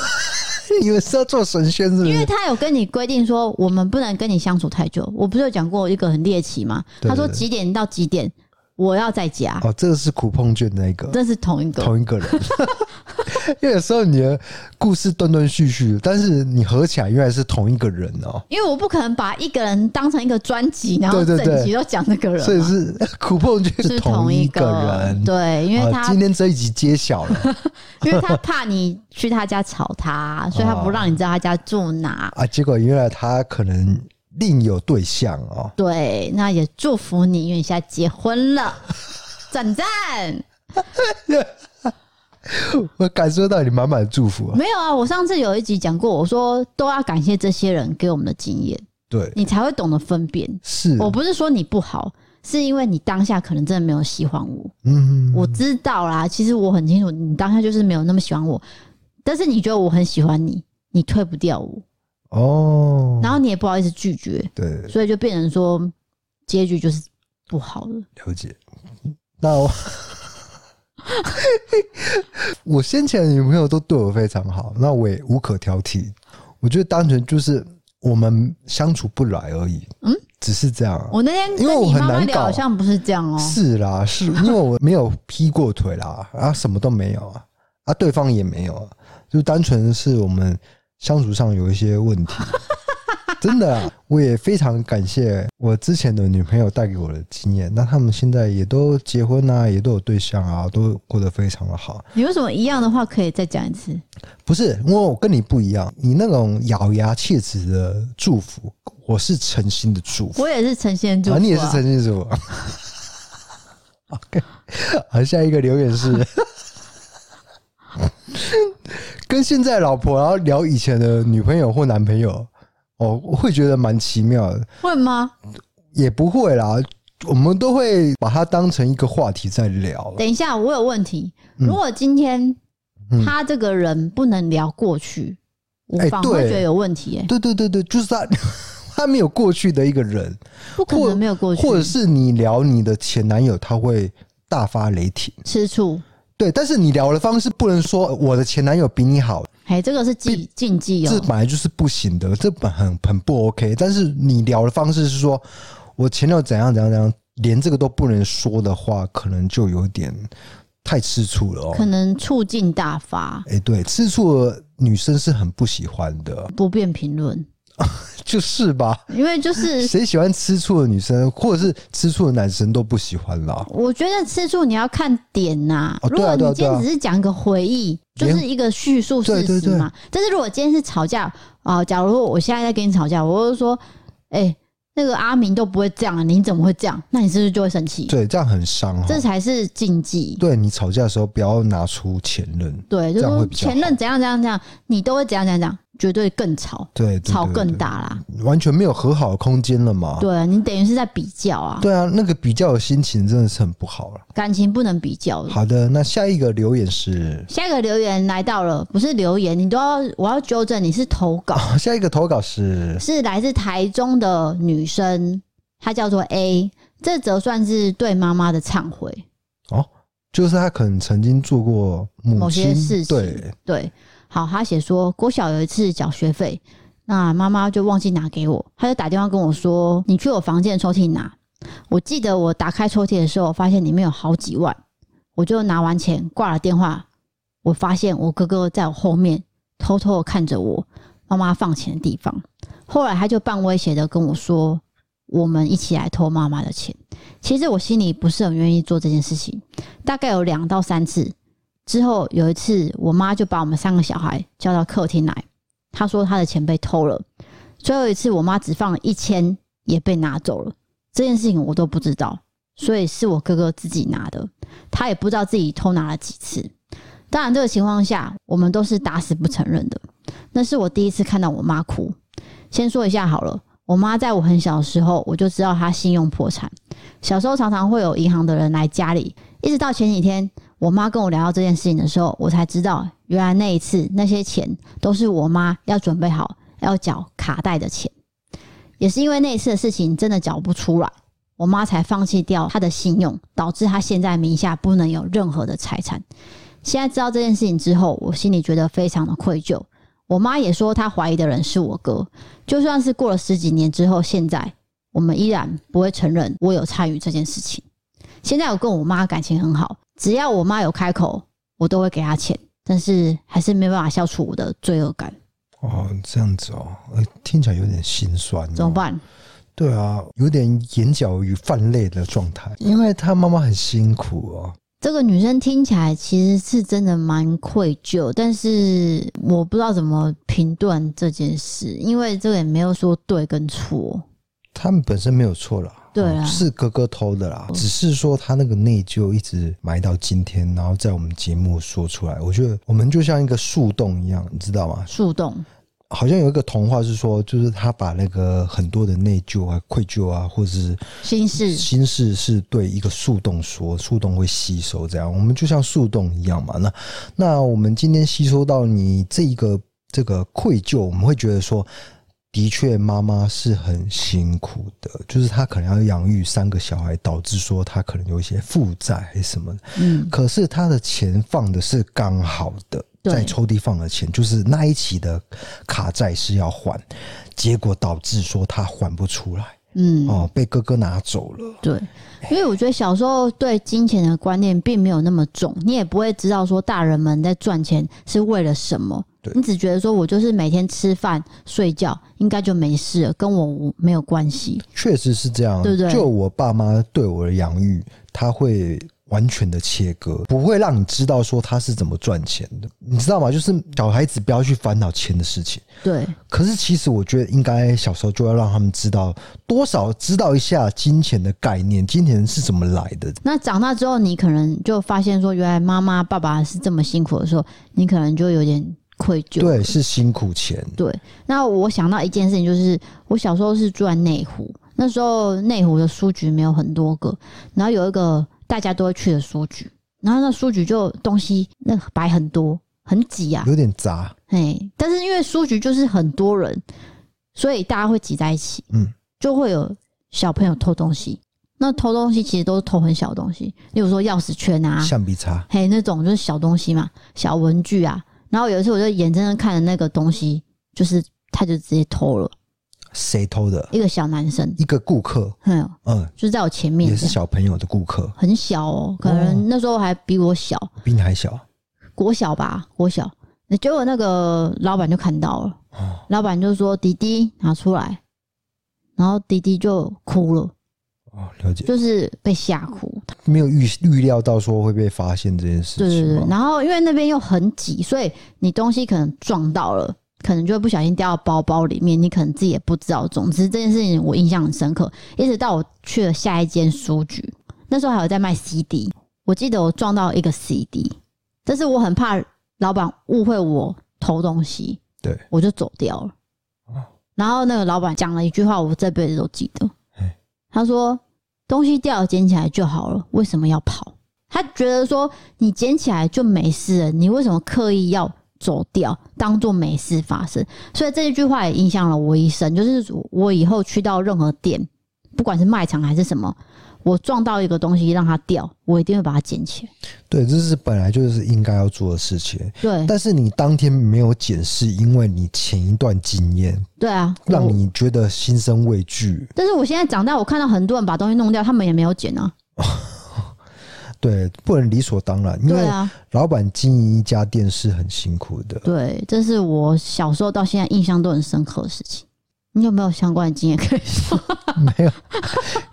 B: 你们是要做神仙是不
A: 因为
B: 是？
A: 他有跟你规定说，我们不能跟你相处太久。我不是有讲过一个很猎奇嘛？
B: 对
A: 他说
B: 对对
A: 几点到几点我要在家，
B: 哦，这个是苦碰券那一个，
A: 这是同一个。
B: 同一个人。 因为有时候你的故事断断续续，但是你合起来原来是同一个人哦，
A: 因为我不可能把一个人当成一个专辑，然后
B: 对对对
A: 整集都讲那个人嘛，
B: 所以是 苦碰券
A: 啊是
B: 同
A: 同
B: 一
A: 一
B: 个人。
A: 对，因为
B: 啊
A: 他、
B: 今天这一集揭晓了。
A: 因为他怕你去他家吵他，所以他不让你知道他家住哪。
B: 啊，结果原来他可能另有对象哦。
A: 对，那也祝福你，因为你现在结婚了，赞赞。
B: 我感受到你满满的祝福啊。
A: 没有啊，我上次有一集讲过，我说都要感谢这些人给我们的经验，
B: 对，
A: 你才会懂得分辨。
B: 是，
A: 我不是说你不好，是因为你当下可能真的没有喜欢我。
B: 嗯，
A: 我知道啦，其实我很清楚，你当下就是没有那么喜欢我，但是你觉得我很喜欢你，你退不掉我，
B: 哦，
A: 然后你也不好意思拒绝，
B: 对，
A: 所以就变成说结局就是不好了。
B: 了解。那我 我先前的女朋友都对我非常好，那我也无可挑剔。我觉得单纯就是我们相处不来而已，嗯，只是这样啊。
A: 我那天
B: 因
A: 跟
B: 为我
A: 你
B: 很
A: 妈妈
B: 难
A: 聊，好
B: 搞啊
A: 像不是这样哦、
B: 是啦，是因为我没有劈过腿啦，啊，什么都没有啊，啊，对方也没有啊，就单纯是我们相处上有一些问题。真的啊，我也非常感谢我之前的女朋友带给我的经验。那他们现在也都结婚啊，也都有对象啊，都过得非常的好。
A: 你为什么一样的话可以再讲一次？
B: 不是，因为我跟你不一样，你那种咬牙切齿的祝福，我是诚心的祝福。
A: 我也是呈现住、
B: 啊，你也是陈信主。OK，好，下一个留言是 跟现在老婆，然后聊以前的女朋友或男朋友，哦，我会觉得蛮奇妙的，
A: 会吗？
B: 也不会啦，我们都会把它当成一个话题在聊啦。
A: 等一下，我有问题。
B: 嗯
A: 如果今天他这个人不能聊过去，我
B: 哎
A: 反而会
B: 对
A: 觉得有问题、哎，
B: 对对对对，就是他， 他没有过去的一个人，
A: 不可
B: 或
A: 能没有过去，
B: 或者是你聊你的前男友，他会大发雷霆。
A: 吃醋。
B: 对，但是你聊的方式不能说我的前男友比你好，
A: 哎，这个是禁禁忌
B: 这
A: 哦、
B: 本来就是不行的，这本很很不 OK。但是你聊的方式是说，我前女友怎样怎样怎样，连这个都不能说的话，可能就有点太吃醋了
A: 可
B: 哦。
A: 能醋劲大发，
B: 哎、对，吃醋的女生是很不喜欢的，
A: 不便评论，
B: 就是吧？
A: 因为就是
B: 谁喜欢吃醋的女生，或者是吃醋的男生都不喜欢啦。
A: 我觉得吃醋你要看点呐、
B: 哦
A: 如
B: 对
A: 果
B: 啊
A: 你
B: 对啊
A: 今
B: 对啊
A: 天只是讲一个回忆，就
B: 连
A: 是一个叙述事
B: 对对
A: 实
B: 对
A: 嘛。但是如果今天是吵架啊、假如我现在在跟你吵架，我就说，哎、那个阿明都不会这样啊，你怎么会这样？那你是不是就会生气？
B: 对，这样很伤哦。
A: 这才是禁忌。
B: 对你吵架的时候，不要拿出前任。
A: 对，就
B: 这
A: 是
B: 样会
A: 说
B: 比较好
A: 前任怎样怎样怎样，你都会怎样怎样怎样，绝对更吵，
B: 对，对对
A: 吵
B: 对
A: 更大啦。
B: 完全没有和好的空间了嘛？
A: 对啊你等于是在比较啊，
B: 对啊，那个比较的心情真的是很不好了。
A: 感情不能比较的。
B: 好的，那下一个留言是，
A: 下一个留言来到了，不是留言，你都要我要纠正你是投稿。
B: 好， 下一个投稿是，
A: 是来自台中的女生，她叫做 A，这则算是对妈妈的忏悔。
B: 哦，就是他可能曾经做过母
A: 某些
B: 亲
A: 事情
B: 对，
A: 对，好，她写说国小有一次缴学费，那妈妈就忘记拿给我，她就打电话跟我说：“你去我房间的抽屉拿。”我记得我打开抽屉的时候，发现里面有好几万，我就拿完钱挂了电话。我发现我哥哥在我后面偷偷的看着我妈妈放钱的地方。后来他就半威胁的跟我说：“我们一起来偷妈妈的钱。其实我心里不是很愿意做这件事情，大概有两到三次。之后有一次，我妈就把我们三个小孩叫到客厅来，她说哎她的钱被偷了。最后一次，我妈只放了一千，也被拿走了。这件事情我都不知道，所以是我哥哥自己拿的，他也不知道自己偷拿了几次。当然，这个情况下，我们都是打死不承认的。那是我第一次看到我妈哭。先说一下好了，我妈在我很小的时候，我就知道她信用破产。小时候常常会有银行的人来家里，一直到前几天，我妈跟我聊到这件事情的时候，我才知道，原来那一次那些钱都是我妈要准备好要缴卡带的钱。也是因为那一次的事情真的缴不出来，我妈才放弃掉她的信用，导致她现在名下不能有任何的财产。现在知道这件事情之后，我心里觉得非常的愧疚。我妈也说，她怀疑的人是我哥。就算是过了十几年之后，现在我们依然不会承认我有参与这件事情。现在我跟我妈感情很好，只要我妈有开口，我都会给她钱，但是还是没办法消除我的罪恶感，
B: 哦，这样子哦，呃听起来有点心酸、哦
A: 怎么？办？
B: 对啊，有点眼角与泛泪的状态，因为他妈妈很辛苦哦。
A: 这个女生听起来其实是真的蛮愧疚，但是我不知道怎么评断这件事，因为这个也没有说对跟错。
B: 他们本身没有错啦，
A: 对啊嗯
B: 哦是哥哥偷的啦，只是说他那个内疚一直埋到今天，然后在我们节目说出来。我觉得我们就像一个树洞一样，你知道吗？
A: 树洞，
B: 好像有一个童话是说，就是他把那个很多的内疚啊、愧疚啊，或者是
A: 心事，
B: 心事是对一个树洞说，树洞会吸收这样，我们就像树洞一样嘛。那那我们今天吸收到你这一个这个愧疚，我们会觉得说，的确妈妈是很辛苦的，就是她可能要养育三个小孩，导致说她可能有一些负债还是什么的。
A: 嗯，
B: 可是她的钱放的是刚好的，
A: 对
B: 在抽屉放的钱就是那一期的卡债是要还，结果导致说她还不出来。
A: 嗯，
B: 哦，被哥哥拿走了。
A: 对，因为我觉得小时候对金钱的观念并没有那么重，你也不会知道说大人们在赚钱是为了什么
B: 对，
A: 你只觉得说我就是每天吃饭睡觉，应该就没事了，跟我无没有关系。
B: 确实是这样，
A: 对不对
B: 就我爸妈对我的养育，他会完全的切割，不会让你知道说他是怎么赚钱的，你知道吗？就是小孩子不要去烦恼钱的事情。
A: 对，
B: 可是其实我觉得应该小时候就要让他们知道，多少知道一下金钱的概念，金钱是怎么来的。
A: 那长大之后，你可能就发现说，原来妈妈、爸爸是这么辛苦的时候，你可能就有点愧疚。
B: 对，是辛苦钱。
A: 对。那我想到一件事情，就是我小时候是住在内湖，那时候内湖的书局没有很多个，然后有一个大家都会去的书局，然后那书局就东西那摆很多，很挤啊，
B: 有点杂，
A: 哎，但是因为书局就是很多人，所以大家会挤在一起，
B: 嗯，
A: 就会有小朋友偷东西。那偷东西其实都是偷很小的东西，例如说钥匙圈啊、
B: 橡皮擦，
A: 嘿，那种就是小东西嘛，小文具啊。然后有一次我就眼睁睁看着那个东西，就是他就直接偷了
B: 谁偷的？
A: 一个小男生，
B: 一个顾客，
A: 嗯，
B: 嗯，
A: 就在我前面
B: 也
A: 这
B: 是
A: 样，
B: 小朋友的顾客，
A: 很小哦，可
B: 哦
A: 能那时候还比我小，
B: 比你还小。
A: 国小吧，国小。结果那个老板就看到了，
B: 哦，
A: 老板就说：“弟弟拿出来。”然后弟弟就哭了，
B: 哦了解，
A: 就是被吓哭。
B: 没有预预料到说会被发现这件事
A: 对对
B: 情
A: 对
B: 吗？，
A: 然后因为那边又很挤，所以你东西可能撞到了，可能就会不小心掉到包包里面，你可能自己也不知道。总之这件事情我印象很深刻，一直到我去了下一间书局，那时候还有在卖 CD，我记得我撞到一个 CD，但是我很怕老板误会我偷东西，
B: 对，
A: 我就走掉了。然后那个老板讲了一句话，我这辈子都记得
B: 嘿。
A: 他说：“东西掉了捡起来就好了，为什么要跑？”他觉得说你捡起来就没事了，你为什么刻意要走掉，当做没事发生？所以这一句话也影响了我一生，就是我以后去到任何店，不管是卖场还是什么，我撞到一个东西让它掉，我一定会把它捡起来。
B: 对，这是本来就是应该要做的事情。
A: 对，
B: 但是你当天没有检视，因为你前一段经验
A: 对啊，
B: 让
A: 我
B: 你觉得心生畏惧。
A: 但是我现在长大，我看到很多人把东西弄掉，他们也没有捡啊。
B: 对，不能理所当然，因
A: 对
B: 为
A: 啊，
B: 老板经营一家店是很辛苦的。
A: 对，这是我小时候到现在印象都很深刻的事情。你有没有相关的经验可以 说？
B: 没有，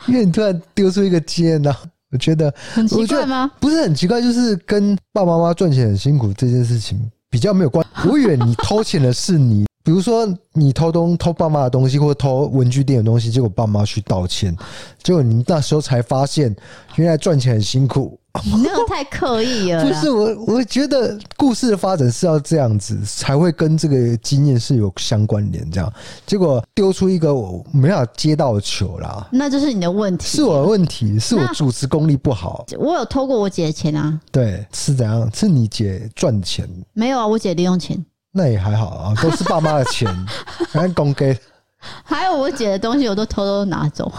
B: 因为你突然丢出一个接呢、我觉得
A: 很奇怪吗？
B: 不是很奇怪，就是跟爸爸妈妈赚钱很辛苦这件事情比较没有关。我以为你偷钱的是你， 比如说你偷东偷爸妈的东西，或偷文具店的东西，结果爸妈去道歉，结果你那时候才发现，原来赚钱很辛苦。
A: 你那个太刻意了啦。
B: 不是我，我觉得故事的发展是要这样子，才会跟这个经验是有相关联。这样，结果丢出一个我没办法接到的球啦，
A: 那就是你的问题。
B: 是我的问题，是我主持功力不好。
A: 我有偷过我姐的钱啊？
B: 对，是怎样？是你姐赚的钱，
A: 没有啊，我姐零用钱，
B: 那也还好啊，都是爸妈的 钱，然后公给。
A: 还有我姐的东西我都偷偷拿走。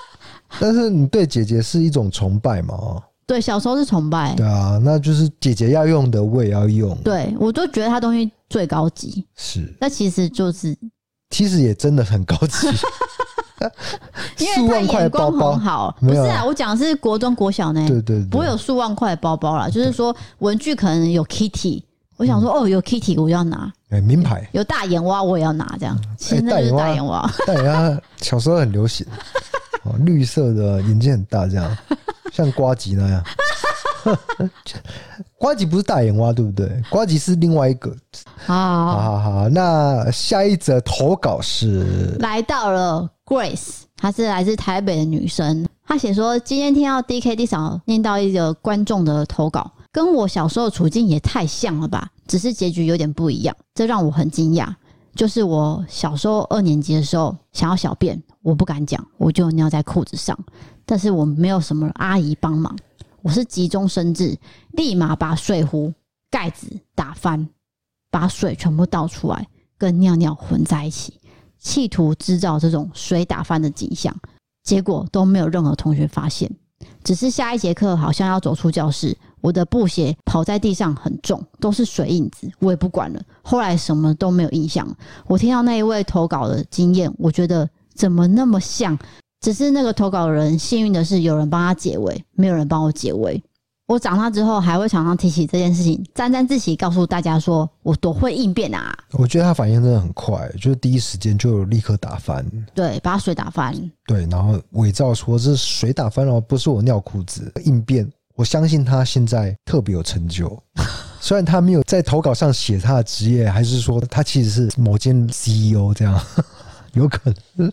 B: 但是你对姐姐是一种崇拜嘛？哦，
A: 对，小时候是崇拜，
B: 对啊，那就是姐姐要用的，我也要用。，
A: 对我就觉得她东西最高级，
B: 是，
A: 那其实就是
B: 其实也真的很高 级，
A: 因
B: 数
A: 为她
B: 万块
A: 眼
B: 的包
A: 光
B: 包
A: 很。好。
B: 没
A: 不是
B: 有啊
A: 啊，我讲的是国中国小呢，
B: 对对对，
A: 不会有数万块的包包啦，就是说文具可能有 Kitty。我想说，哦，有 Kitty 我要拿，
B: 哎、名牌。
A: 有大眼蛙我也要拿，这样。现在就是哎大眼蛙，
B: 大家小时候很流行，哦，绿色的眼睛很大，这样像瓜吉那样。 瓜吉不是大眼蛙，对不对？瓜吉是另外一个。
A: 啊
B: 好
A: 好，
B: 好好，那下一则投稿是
A: 来到了 Grace，她是来自台北的女生。她写说，今天听到 D K D 嫂念到一个观众的投稿，跟我小时候的处境也太像了吧？只是结局有点不一样，这让我很惊讶。就是我小时候二年级的时候，想要小便，我不敢讲，我就尿在裤子上，但是我没有什么阿姨帮忙，我是急中生智，立马把水壶盖子打翻，把水全部倒出来，跟尿尿混在一起。企图制造这种水打翻的景象，结果都没有任何同学发现。只是下一节课好像要走出教室，我的布鞋跑在地上很重，都是水印子，我也不管了。后来什么都没有印象。我听到那一位投稿的经验，我觉得怎么那么像？只是那个投稿的人幸运的是有人帮他解围，没有人帮我解围。我长大之后还会常常提起这件事情，沾沾自喜，告诉大家说我多会应变啊！
B: 我觉得他反应真的很快，就是第一时间就立刻打翻，
A: 对，把水打翻，
B: 对，然后伪造说这是水打翻了，不是我尿裤子，应变。我相信他现在特别有成就， 虽然他没有在投稿上写他的职业，还是说他其实是某间 CEO 这样， 有可能，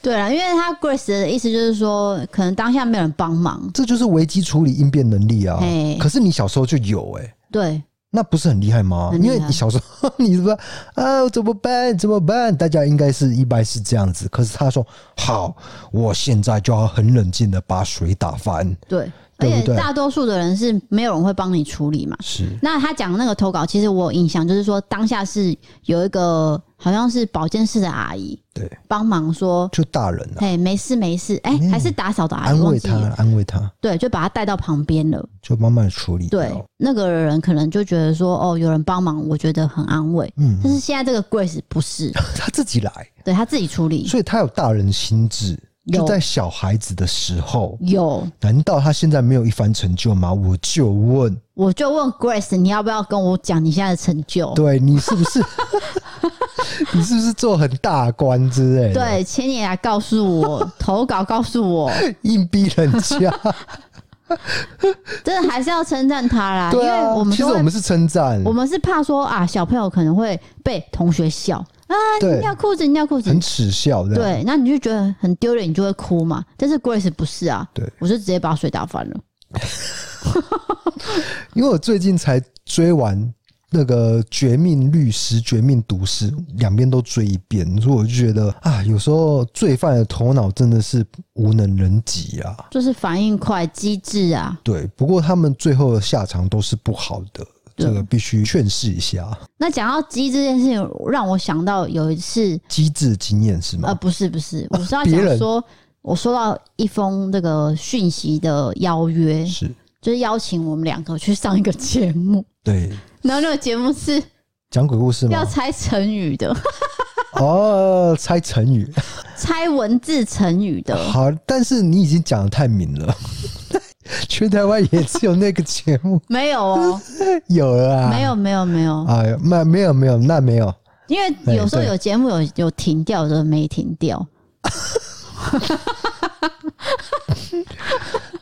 A: 对啦，因为他 Grace 的意思就是说，可能当下没有人帮忙，
B: 这就是危机处理应变能力啊
A: 嘿。
B: 可是你小时候就有哎、
A: 对，
B: 那不是很厉害吗？
A: 很厉
B: 因
A: 害
B: 为你小时候 你是不是啊怎么办怎么办？大家应该是一般是这样子，可是他说好，我现在就要很冷静的把水打翻，
A: 对，
B: 对不
A: 而且
B: 对
A: 大多数的人是没有人会帮你处理嘛。
B: 是
A: 那他讲那个投稿，其实我有印象，就是说当下是有一个好像是保健室的阿姨
B: 对，
A: 帮忙说，
B: 就大人啊，
A: 哎、没事没事，哎、
B: 嗯
A: 还是打扫的阿姨，
B: 安
A: 忘
B: 慰
A: 记
B: 他
A: 了，
B: 安慰他，
A: 对，就把他带到旁边了。
B: 就慢慢处理掉。
A: 对，那个人可能就觉得说，哦，有人帮忙，我觉得很安慰。
B: 嗯，
A: 但是现在这个 Grace 不是，
B: 他自己来，
A: 对他自己处理，
B: 所以他有大人心智，
A: 有
B: 就在小孩子的时候，
A: 有
B: 难道他现在没有一番成就吗？我就问，
A: 我就问 Grace，你要不要跟我讲你现在的成就？
B: 对啊你是不 是？你是不是做很大官之类的？
A: 对，请你来告诉我，投稿告诉 我，
B: 硬逼人 家，
A: 真的还是要称赞他啦，因
B: 对
A: 为
B: 啊
A: 我，们
B: 其实
A: 都会
B: 我们是称赞，
A: 我们是怕说啊，小朋友可能会被同学笑啊，你
B: 对
A: 尿裤子，你尿裤子
B: 很，啊耻笑的，，
A: 对，那你就觉得很丢脸，你就会哭嘛。但是 Grace 不是啊，
B: 对
A: 我就直接把水打翻了。
B: 因为我最近才追完。那个《绝命律师》《绝命毒师》两边都追一遍，所以我就觉得啊，有时候罪犯的头脑真的是无能人及啊。
A: 就是反应快、机智啊。
B: 对，不过他们最后的下场都是不好的，
A: 对
B: 这个必须劝示一下。
A: 那讲到鸡这件事情，让我想到有一次，
B: 机智经验是
A: 呃，
B: 吗？
A: 不是不是，我是要
B: 啊别
A: 讲
B: 人
A: 说，我收到一封这个讯息的邀约，
B: 是，
A: 就是邀请我们两个去上一个节目，
B: 对，
A: 然后那个节目是
B: 讲鬼故事
A: 要
B: 吗？
A: 猜成语的，
B: 哦，猜成语。
A: 猜文字成语的。
B: 好，但是你已经讲的太明了， 全台湾也只有那个节目
A: 没有哦，
B: 有了啊，
A: 没有没有没有，
B: 哎呦，那没有没有，那没有，
A: 因为有时候
B: 哎对
A: 有节目有有停掉的，没停掉。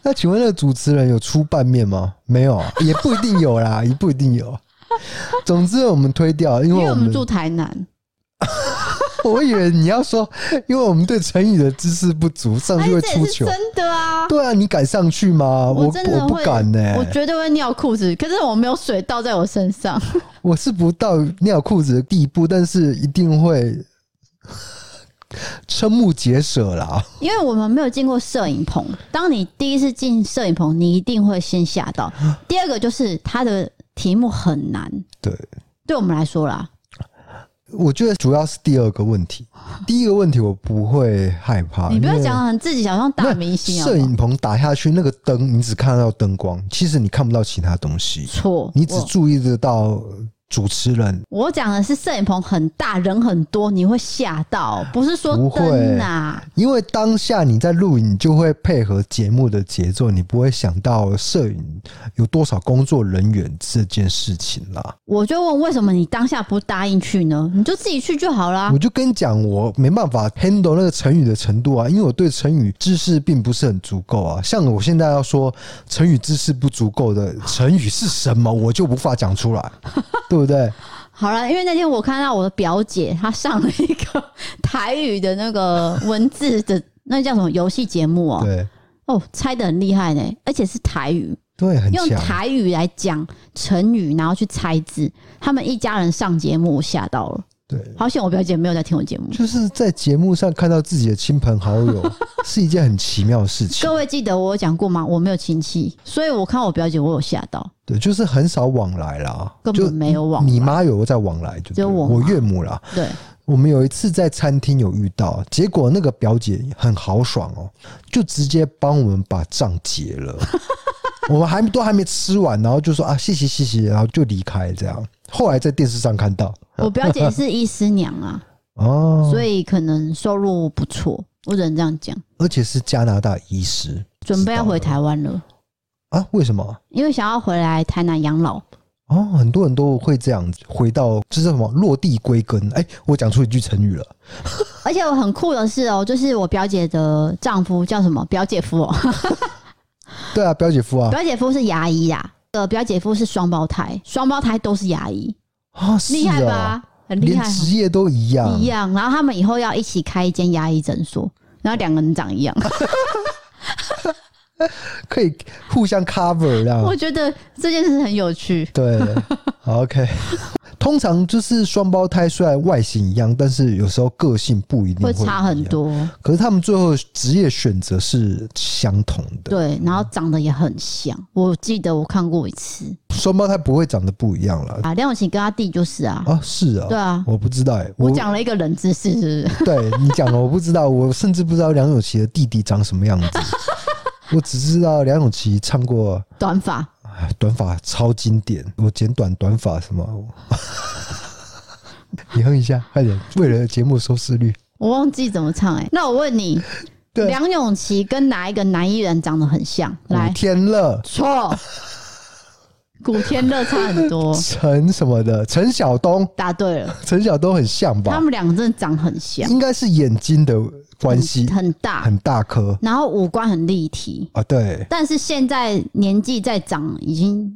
B: 那请问那个主持人有出拌面吗？没有啊，也不一定有啦， 也不一定有。总之我们推掉，因
A: 因
B: 为
A: 为
B: 我
A: 我
B: 们
A: 们住台南，
B: 我以为你要说，因为我们对成语的知识不足，上
A: 哎
B: 去会，
A: 这也
B: 出
A: 是
B: 糗。
A: 真的啊！
B: 对啊，你敢上去吗？我
A: 真的
B: 不
A: 会，
B: 敢呢、
A: 我绝对会尿裤子。可是我没有水倒在我身上，
B: 我是不到尿裤子的地步，但是一定会 瞠目结舌啦。
A: 因为我们没有进过摄影棚。当你第一次进摄影棚，你一定会先吓到。
B: 啊
A: 第二个就是它的题目很难，
B: 对，
A: 对我们来说啦，
B: 我觉得主要是第二个问题，第一个问题我不会害怕。
A: 你不要
B: 因为
A: 讲很自己想像大明星
B: 啊摄
A: 啊
B: 影，棚打下去，那个灯你只看得到灯光，其实你看不到其他东西，
A: 错，
B: 你只
A: 我
B: 注意得到主持人。
A: 我讲的是摄影棚很大，人很多，你会吓到，不是说
B: 不会
A: 灯啊。
B: 因为当下你在录影，你就会配合节目的节奏，你不会想到摄影有多少工作人员这件事情啦。
A: 我就问为什么你当下不答应去呢？你就自己去就好啦
B: 我。就跟你讲，我没办法 handle 那个成语的程度啊，因为我对成语知识并不是很足够啊。像我现在要说成语知识不足够的成语是什么，我就无法讲出来，对不对？
A: 好了，因为那天我看到我的表姐，她上了一个台语的那个文字的那叫什么游戏节目哦、
B: 对
A: 哦，猜的很厉害呢，而且是台语，
B: 对，很
A: 用
B: 强。
A: 台语来讲成语，然后去猜字。他们一家人上节目，我吓到了。
B: 对，
A: 好险我表姐没有在听我节目。
B: 就是在节目上看到自己的亲朋 好友是一件很奇妙的事情
A: 各。位记得我有讲过吗？我没有亲戚，所以我看我表姐，我有吓到。
B: 对，就是很少往来啦，
A: 根
B: 就
A: 本没有往来
B: 你妈有在往来，就对
A: 只有我
B: 我
A: 妈
B: 岳母啦。
A: 对，
B: 我们有一次在餐厅有遇到，结果那个表姐很豪爽哦、就直接帮我们把账 结了。我们还都还没吃完，然后就说啊谢谢谢谢，然后就离开这样。后来在电视上看到
A: 我表姐是医师娘啊，
B: 哦，
A: 所以可能收入不错，我只能这样讲。
B: 而且是加拿大医师
A: 准备要回
B: 知道了
A: 台湾了，
B: 啊？为什么？
A: 因为想要回来台南养老。
B: 哦，很多人都会这样子回到，这是什么落地归根？哎、我讲出一句成语了，
A: 而且我很酷的是哦，就是我表姐的丈夫叫什么？表姐夫哦，
B: 对啊，表姐夫啊，
A: 表姐夫是牙医啦，呃，表姐夫是双胞胎，双胞胎都是牙医，
B: 啊，是
A: 厉害
B: 哦啊
A: 吧？很厉
B: 连
A: 害哦，
B: 职业都一样，
A: 一样。然后他们以后要一起开一间牙医诊所，然后两个人长一样。
B: 可以互相 cover 这
A: 我
B: 样。
A: 觉得这件事很有趣。
B: 对好，OK。通常就是双胞胎虽然外形一样，但是有时候个性不一定
A: 会
B: 一
A: 差很
B: 样。
A: 多，
B: 可是他们最后职业选择是相同的，
A: 对，然后长得也很像。我记得我看过一次
B: 双胞胎不会长得不一样了
A: 啊，梁咏琪跟他弟就是啊，
B: 啊？是啊，
A: 对啊
B: 我不知道哎、
A: 我讲了一个冷知识，是不是？
B: 对你讲了，我不知道，我甚至不知道梁咏琪的弟弟长什 么样子。我只知道梁咏琪唱过
A: 短发，
B: 哎短发超经典，我剪短短发什么？ 你哼一下，快点，为了节目收视率。
A: 我忘记怎么唱哎、那我问你，
B: 对哦
A: 梁咏琪跟哪一个男艺人长得很像？
B: 古
A: 来，
B: 天乐、
A: 错，古天乐差很多，
B: 陈什么的，陈晓东，
A: 答对了，
B: 陈晓东很像
A: 他
B: 吧？
A: 们两个真的长很像，
B: 应该是眼睛的关系
A: 很大，
B: 很大颗
A: 然后五官很立体，
B: 啊，对，
A: 但是现在年纪在长，已经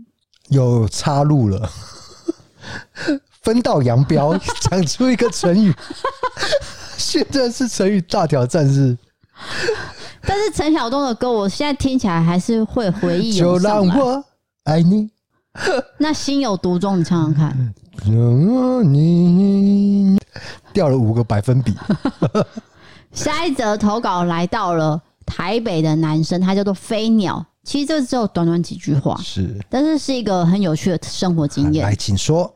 B: 有插入了。分道 扬镳，讲出一个成语。现在是成语大挑战是，
A: 但是陈晓东的歌，我现在听起来还是会回忆
B: 就
A: 涌上
B: 让
A: 来。
B: 我爱你。
A: 那心有独钟，你唱唱 看，
B: 让你掉了五个百分比，
A: 下一则投稿来到了台北的男生，他叫做飞鸟。其实这只有短短几句话，
B: 是
A: 但是是一个很有趣的生活经
B: 来，
A: 验。
B: 请说。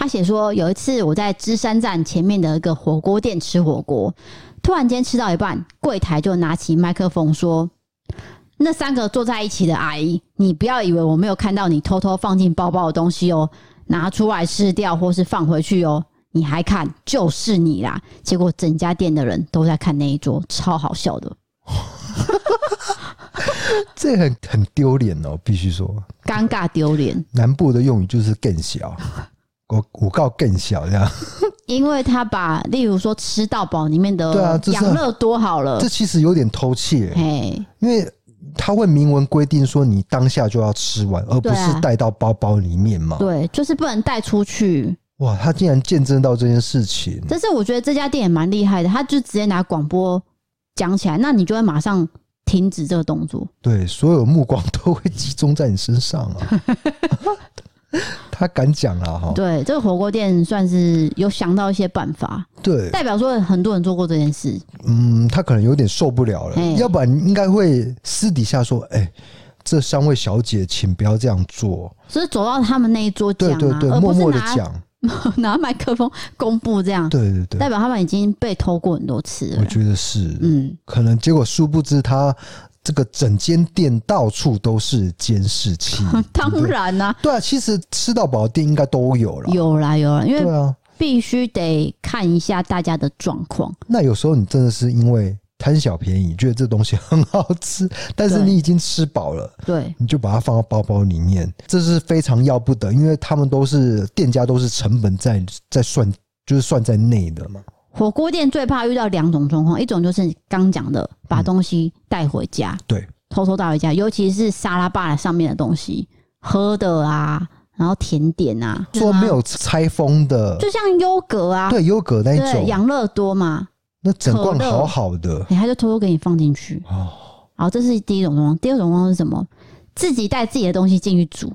A: 他写说，有一次我在芝山站前面的一个火锅店吃火锅，突然间吃到一半，柜台就拿起麦克风说：“那三个坐在一起的阿姨，你不要以为我没有看到你偷偷放进包包的东西哦，拿出来吃掉或是放回去哦。”你还看，就是你啦！结果整家店的人都在看那一桌，超好笑的，
B: 这很很丢脸哦，必须说，
A: 尴尬丢脸。
B: 南部的用语就是更小，我我告更小这样，
A: 因为他把例如说吃到饱里面
B: 对啊
A: 的
B: 这是
A: 养乐多好了
B: 这，其实有点偷窃、
A: 嘿，
B: 因为他会明文规定说你当下就要吃完，而不
A: 对啊
B: 是带到包包里面嘛。
A: 对，就是不能带出去。
B: 哇，他竟然见证到这件事情，
A: 但是我觉得这家店也蛮厉害的，他就直接拿广播讲起来，那你就会马上停止这个动作。
B: 对，所有目光都会集中在你身 上啊。他敢讲了哈，
A: 对，这个火锅店算是有想到一些办法，
B: 对，
A: 代表说很多人做过这件事。
B: 嗯，他可能有点受不了了
A: 嘿，
B: 要不然应该会私底下说，哎、这三位小姐，请不要这样做。
A: 就是走到他们那一桌讲
B: 对
A: 啊，
B: 对对，
A: 而不
B: 默
A: 是
B: 默的
A: 拿
B: 讲，
A: 拿麦克风公布这样，
B: 对对
A: 代
B: 对，
A: 表他们已经被偷过很多次
B: 我
A: 了。
B: 觉得是，
A: 嗯，，
B: 可能结果殊不知他这个整间店到处都是监视器
A: 当
B: 对不对。
A: 然啦、
B: 对啊，其实吃到饱的店应该都有了。
A: 有啦有啦，因
B: 对
A: 为
B: 啊，
A: 必须得看一下大家的状况。
B: 那有时候你真的是因为贪小便宜，觉得这东西很好吃， 但是
A: 对
B: 你已经吃饱了。
A: 对，
B: 你就把它放到包包里面，这是非常要不得，因为他们都是店家，都是成本在在算，就是算在内的嘛。
A: 火锅店最怕遇到两种状况，一种就是刚讲的把东西带回家，
B: 对，
A: 偷偷带回家，尤其是沙拉吧上面的东西，喝的啊，然后甜点啊，
B: 说没有拆封的，
A: 就像优格啊，
B: 对优格那一
A: 对，
B: 种，
A: 养乐多嘛，
B: 那整罐
A: 可乐嗯
B: 好好的
A: 哎、他就偷偷给你放进去。
B: 哦
A: 好，这是第一种状况。第二种状况是什么？自己带自己的东西进去煮。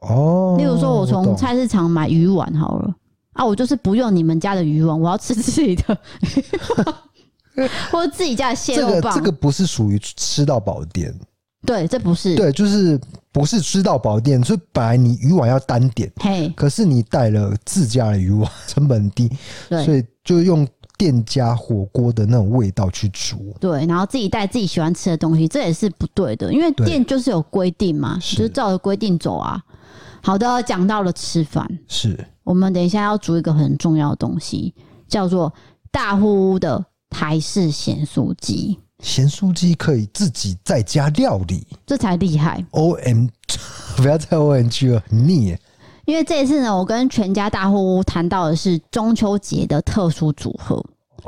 B: 哦。
A: 例如说，我从
B: 懂
A: 菜市场买鱼丸好了，啊，我就是不用你们家的鱼丸，我要吃自己 的， 或者自己家的蟹
B: 这
A: 肉
B: 个
A: 棒。啊
B: 这个不是属于吃到饱店，
A: 对，这不是
B: 对，就是不是吃到饱店，所以本来你鱼丸要单点，
A: 嘿，
B: 可是你带了自家的鱼丸，成本低，所
A: 对
B: 以就用店家火锅的那种味道去煮。
A: 对，然后自己带自己喜欢吃的东西，这也是不对的，因为
B: 对
A: 店就是有规定嘛，
B: 是
A: 就是照着规定走啊。好的，讲到了吃饭，
B: 是，
A: 我们等一下要煮一个很重要的东西，叫做大户屋的台式咸酥鸡，
B: 咸酥鸡可以自己在家料理
A: 这才厉害。
B: ，O M，不 要再 O M G 了，很腻耶。
A: 因为这一次呢，我跟全家大户屋谈到的是中秋节的特殊组合。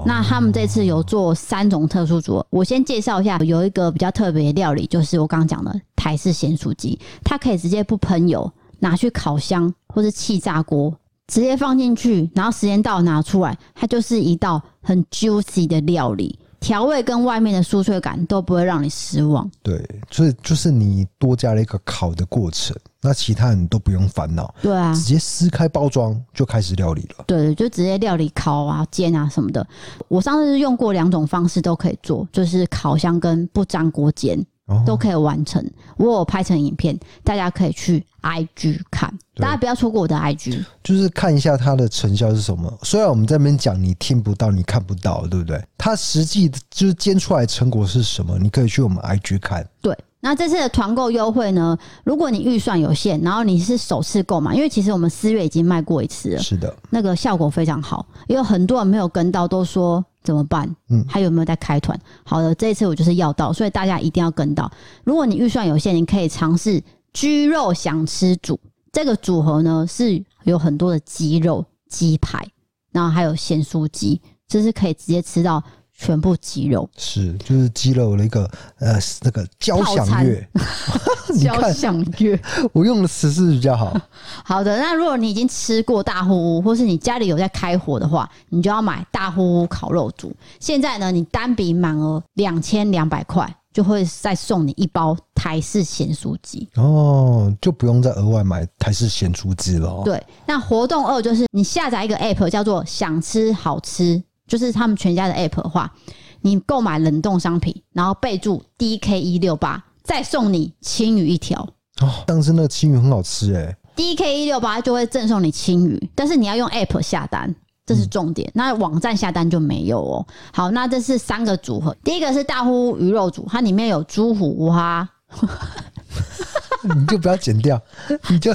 A: 那他们这次有做三种特殊组合，我先介绍一下，有一个比较特别的料理，就是我刚刚讲的台式咸酥鸡，它可以直接不喷油，拿去烤箱或是气炸锅，直接放进去，然后时间到拿出来，它就是一道很 juicy 的料理，调味跟外面的酥脆感都不会让你失望。
B: 对，所以就是你多加了一个烤的过程，那其他人都不用烦恼，
A: 对啊，
B: 直接撕开包装就开始料理了。
A: 对对，就直接料理烤啊、煎啊什么的。我上次用过两种方式都可以做，就是烤箱跟不粘锅煎
B: 哦
A: 都可以完成。我有拍成影片，大家可以去 IG 看，
B: 对
A: 大家不要错过我的 IG。
B: 就是看一下它的成效是什么。虽然我们这边讲你听不到，你看不到，对不对？它实际的就是煎出来的成果是什么，你可以去我们 IG 看。
A: 对，那这次的团购优惠呢，如果你预算有限，然后你是首次购买，因为其实我们四月已经卖过一次了，
B: 是的，
A: 那个效果非常好，也有很多人没有跟到，都说怎么办？
B: 嗯
A: 嗯，还有没有在开团？好的，这一次我就是要到，所以大家一定要跟到。如果你预算有限，你可以尝试鸡肉想吃组这个组合呢，是有很多的鸡肉、鸡排，然后还有咸酥鸡，这是可以直接吃到全部鸡肉。
B: 是就是鸡肉的一个呃那个交
A: 套
B: 响
A: 餐
B: 乐，你看
A: 响乐。
B: 我用的词是比 较好。
A: 好的，那如果你已经吃过大户屋，或是你家里有在开火的话，你就要买大户屋烤肉组。现在呢，你单笔满额两千两百块，就会再送你一包台式咸酥鸡。
B: 哦，就不用再额外买台式咸猪鸡了、哦。，
A: 对，那活动二就是你下载一个 app 叫做“想吃好吃”，就是他们全家的 app 的话，你购买冷冻商品，然后备注 DK 一六八，再送你青鱼一条。
B: 哦，上次那个青鱼很好吃哎、
A: DK 一六八就会赠送你青鱼，但是你要用 App 下单，这是重点。那网站下单就没有哦。好，那这是三个组合，第一个是大呼鱼肉组，它里面有猪虎花、
B: 你就不要剪 掉，你就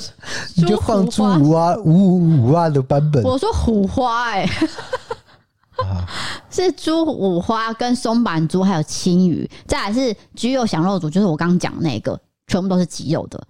B: 你就放
A: 猪
B: 猪
A: 五花
B: 五啊五五五啊的版本
A: 我说虎花哎、
B: 啊，
A: 是猪五花跟松板猪还有青鱼，再来是鸡肉享肉组，就是我刚刚讲那个，全部都是鸡肉的。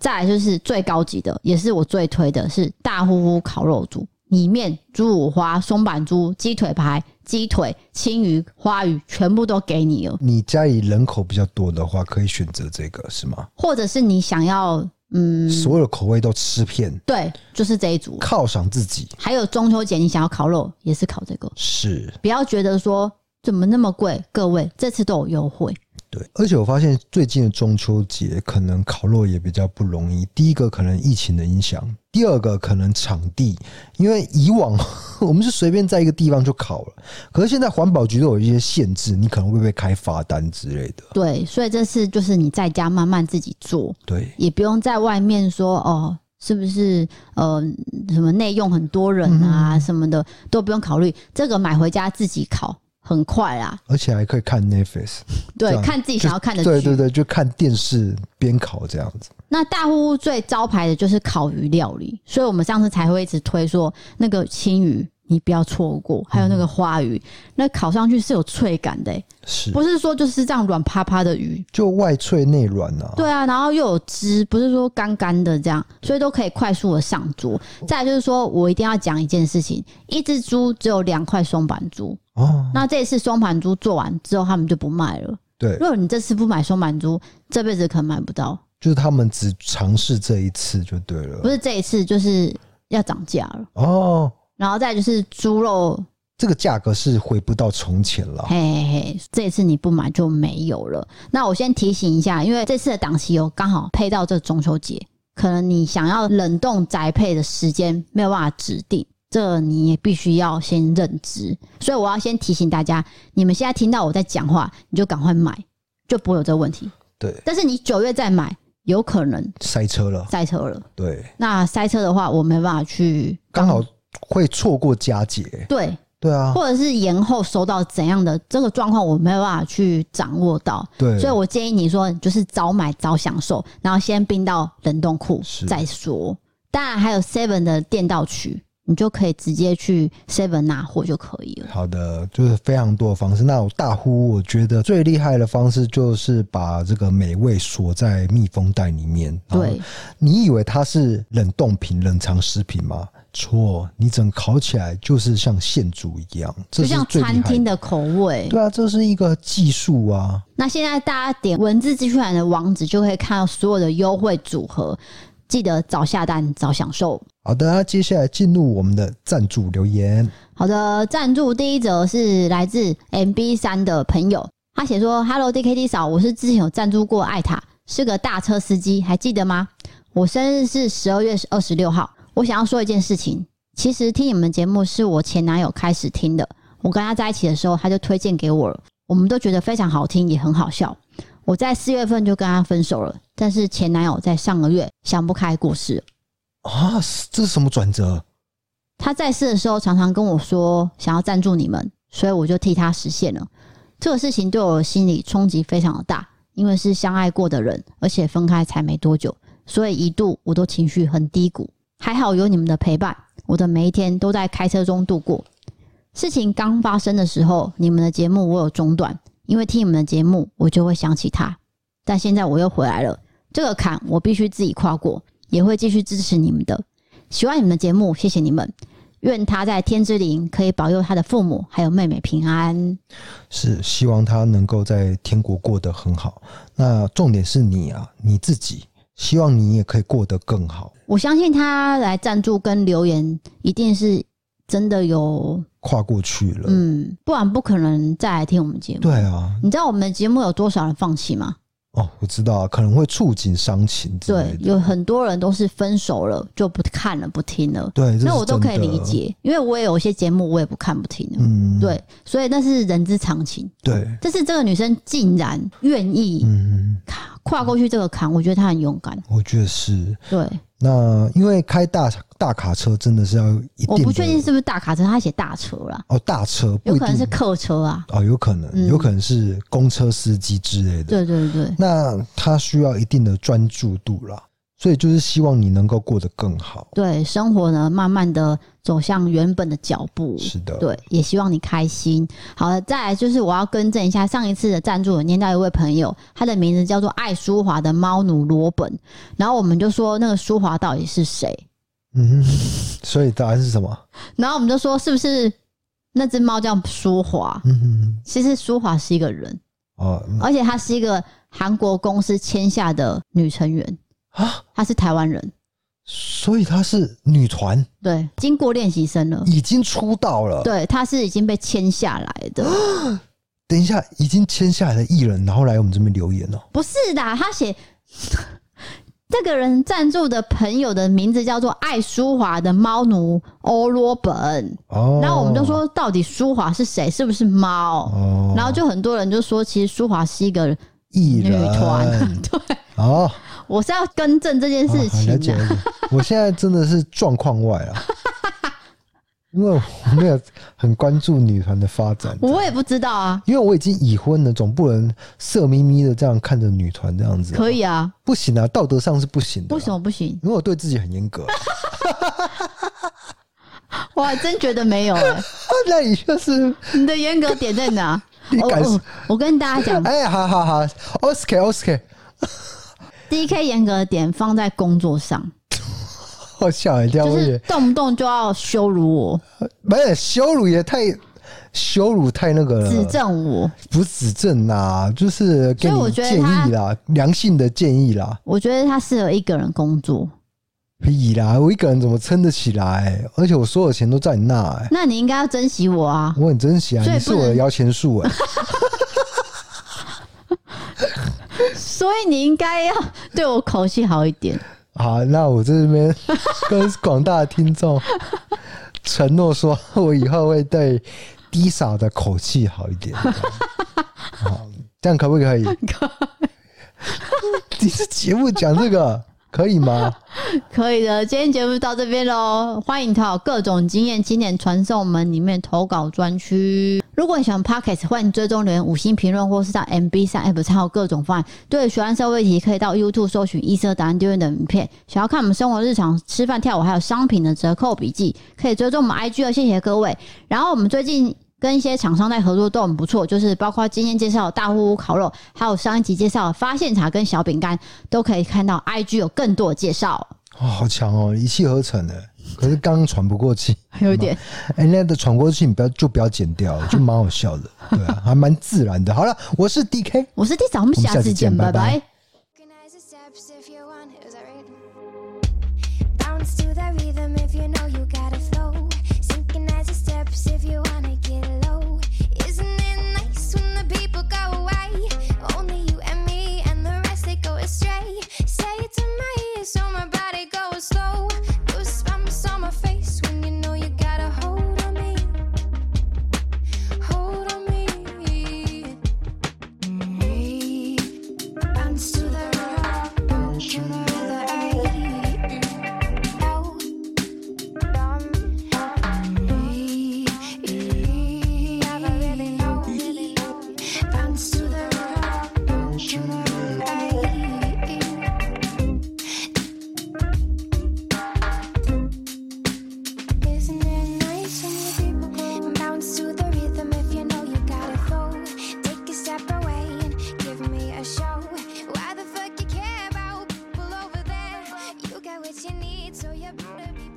A: 再来就是最高级的，也是我最推的是大呼呼烤肉组，里面猪五花、松板猪、鸡腿排、鸡腿、青鱼、花鱼全部都给你了，
B: 你家里人口比较多的话，可以选择这个是吗？
A: 或者是你想要嗯，
B: 所有的口味都吃遍，
A: 对，就是这一组。
B: 犒赏自己
A: 还有中秋节你想要烤肉也是烤这个，
B: 是
A: 不要觉得说怎么那么贵，各位这次都有优惠。
B: 对。而且我发现最近的中秋节可能烤肉也比较不容易，第一个可能疫情的影响，第二个可能场地，因为以往 我们是随便在一个地方就烤了，可是现在环保局都有一些限制，你可能会被开罚单之类的。
A: 对，所以这次就是你在家慢慢自己做，
B: 对，
A: 也不用在外面说哦，是不是呃什么内用很多人
B: 嗯
A: 啊、什么的都不用考虑，这个买回家自己烤很快啦。
B: 而且还可以看 Netflix，这
A: 对，
B: 样
A: 看自己想要看的剧。
B: 啊对对对，就看电视边烤这样子。
A: 那大户屋最招牌的就是烤鱼料理，所以我们上次才会一直推说那个青鱼。你不要错过，还有
B: 嗯
A: 那个花鱼，那烤上去是有脆感的、欸
B: 是，
A: 不是说就是这样软趴趴的鱼，
B: 就外脆内软啊。
A: 对啊，然后又有汁，不是说干干的这样，所以都可以快速的上桌。再来就是说我一定要讲一件事情，一只猪只有两块松板猪，
B: 哦，
A: 那这一次松板猪做完之后，他们就不卖了。
B: 对
A: 如，果你这次不买松板猪，这辈子可能买不到，
B: 就是他们只尝试这一次就对了。
A: 不是这一次就是要涨价了。
B: 哦，
A: 然后再来就是猪肉，
B: 这个价格是回不到从前了。
A: 嘿嘿嘿，这一次你不买就没有了。那我先提醒一下，因为这次的档期有刚好配到这中秋节，可能你想要冷冻宅配的时间没有办法指定，这你也必须要先认知。所以我要先提醒大家，你们现在听到我在讲话，你就赶快买，就不会有这个问题。
B: 对，
A: 但是你九月再买，有可能
B: 塞车了。
A: 塞车了。
B: 对，
A: 那塞车的话，我没办法去
B: 刚好会错过佳节。
A: 对，
B: 对啊，
A: 或者是延后收到怎样的这个状况，我没有办法去掌握到。
B: 对，
A: 所以我建议你说，就是早买早享受，然后先冰到冷冻库
B: 是
A: 再说。当然还有 Seven 的电到区，你就可以直接去 Seven 拿货就可以了。
B: 好的，就是非常多的方式。那我大呼，我觉得最厉害的方式就是把这个美味锁在密封袋里面。
A: 对，，
B: 你以为它是冷冻品、冷藏食品吗？错，你整烤起来就是像现煮一样，这
A: 就是像
B: 最厉害
A: 餐厅。的口味。
B: 对啊，这是一个技术啊。
A: 那现在大家点文字资讯栏的网址，就可以看到所有的优惠组合。记得早下单早享受。
B: 好的，那接下来进入我们的赞助留言。
A: 好的，赞助第一则是来自 MB 三的朋友，他写说：“Hello DKT 嫂，我是之前有赞助过艾塔，是个大车司机，还记得吗？我生日是十二月二十六号。我想要说一件事情，其实听你们节目是我前男友开始听的，我跟他在一起的时候，他就推荐给我了，我们都觉得非常好听，也很好笑。我在四月份就跟他分手了，但是前男友在上个月想不开过世了。”
B: 啊，是这是什么转折？
A: 他在世的时候常常跟我说想要赞助你们，所以我就替他实现了。这个事情对我的心理冲击非常的大，因为是相爱过的人，而且分开才没多久，所以一度我都情绪很低谷。还好有你们的陪伴，我的每一天都在开车中度过。事情刚发生的时候，你们的节目我有中断，因为听你们的节目，我就会想起他。但现在我又回来了，这个坎我必须自己跨过，也会继续支持你们的。喜欢你们的节目，谢谢你们。愿他在天之灵可以保佑他的父母还有妹妹平安。
B: 是希望他能够在天国过得很好。那重点是你啊，你自己，希望你也可以过得更好，
A: 我相信他来赞助跟留言，一定是真的有，
B: 跨过去了。
A: 嗯，不然不可能再来听我们节目。
B: 对，啊，
A: 你知道我们的节目有多少人放弃吗？
B: 哦，我知道啊，可能会触景伤情之
A: 对
B: 类的，。
A: 有很多人都是分手了就不看了、不听了。
B: 对，这
A: 那
B: 是
A: 我都可以
B: 真的
A: 理。解，因为我也有一些节目我也不看不听的。
B: 嗯，
A: 对，所以那是人之常情。
B: 对，
A: 但是这个女生竟然愿意
B: 嗯，
A: 跨过去这个坎，我觉得她很勇敢。
B: 我觉得是。
A: 对，
B: 那因为开大大卡车真的是要一定的，
A: 我不确定是不是大卡车，他写大车啦，
B: 哦，大车不
A: 有
B: 一
A: 可能
B: 定
A: 是客车啊。
B: 哦，有可能，
A: 嗯
B: 有可能是公车司机之类的。
A: 对对对，
B: 那他需要一定的专注度啦，所以就是希望你能够过得更好。
A: 对，生活呢，慢慢的走向原本的脚步。
B: 是的，
A: 对，也希望你开心。好了，再来就是我要更正一下，上一次的赞助有念到一位朋友，他的名字叫做爱舒华的猫奴罗本，然后我们就说那个舒华到底是谁？
B: 嗯，所以答案是什么？
A: 然后我们就说，是不是那只猫叫舒华？
B: 嗯，
A: 其实舒华是一个人，
B: 哦嗯
A: 而且她是一个韩国公司签下的女成员，
B: 啊，
A: 她是台湾人。
B: 所以她是女团，
A: 对，经过练习生了。
B: 已经出道了。，
A: 对，她是已经被签下来的，
B: 等一下，已经签下来的艺人，然后来我们这边留言哦。
A: 不是的。她写 这个人赞助的朋友的名字叫做爱舒华的猫奴欧罗本。
B: 哦，
A: 然后我们就，说，到底舒华是谁？是不是猫？
B: 哦，
A: 然后就很多人就说，其实舒华是一个
B: 艺
A: 女
B: 人
A: 团。 对，
B: 哦，
A: 我是要更正这件事
B: 啊了解
A: 情
B: 了
A: 啊。
B: 解， 我现在真的是状况外啊，因为我没有很关注女团的发展，
A: 我也不知道啊，
B: 因为我已经已婚了，总不能色眯眯的这样看着女团这样子啊、
A: 可以啊，
B: 不行啊，道德上是不行的。
A: 为什么？不行？
B: 因为我对自己很严格啊，
A: 我还真觉得没有、欸，
B: 那你就是
A: 你的严格点在哪？
B: 你
A: 我
B: 敢
A: 我我跟大家讲
B: 哎，好好好，Oscar Oscar，
A: ，D K 严格的点放在工作上，
B: 我吓一跳，
A: 就
B: 我
A: 是
B: 也
A: 动不动就要羞辱我、
B: 不是羞辱也太羞辱太那个了，
A: 指正我。
B: 不是指正啦，就是给
A: 所以我
B: 你
A: 觉得
B: 建议啦，良性的建议啦。
A: 我觉得他适合一个人工作。
B: 屁啦！我一个人怎么撑得起来？而且我所有钱都在你那、欸，
A: 那你应该要珍惜我啊！
B: 我很珍惜啊！
A: 嗯所以
B: 你
A: 不
B: 是
A: 能
B: 我的摇钱 树哎、
A: 所以你应该要对我口气好一点。
B: 好，那我这 边跟广大的听众承诺说，我以后会对低嫂的口气好一 点。好，这样可不可以？你这节目讲这个可以吗？
A: 可以的，今天节目到这边喽，欢迎投稿各种经验经典传送门里面投稿专区。如果你喜欢 Podcast，欢迎追踪留言、五星评论，或是到 MB 上 App 参考各种方案。对学案社会题，可以到 YouTube 搜寻“医生答案”丢人的影片。想要看我们生活日常、吃饭、跳舞，还有商品的折扣笔记，可以追踪我们 IG 哦。谢谢各位。然后我们最近。跟一些厂商在合作都很不错，就是包括今天介绍的大户屋烤肉，还有上一集介绍的发现茶跟小饼干，都可以看到 IG 有更多的介绍。
B: 哦，好强哦，一气呵成的。可是刚喘不过气，
A: 有点
B: 哎、那的喘过气，你不要就不要剪掉，就蛮好笑的，对啊，还蛮自然的。好了，我是 D K，
A: 我是地长，我们
B: 我们
A: 下
B: 下
A: 次
B: 次
A: 见，
B: 见
A: 拜
B: 拜
A: 拜
B: 拜。
E: Recognize the steps if you want. Is that right? Bounce to that rhythm if you know you gotta flow. Synchronize the steps if you wanna get low. Isn't it nice when the people go away? Only you and me and the rest they go astray. Say it to my ear so my body goes slow. Goosebumps on my face when you know you got a hold on me. Hold on me. Breathe. Bounce to the rhythm, to the rhythm, ay. Ow. Bum. Ee, ee. Never really know, really know. Bounce to the rhythm, to the rhythm, ay. Isn't it nice when the people bounce to the rhythm if you know you gotta go? Take a step away and give me a show. Why the fuck you care about people over there? You got what you need, so you better be.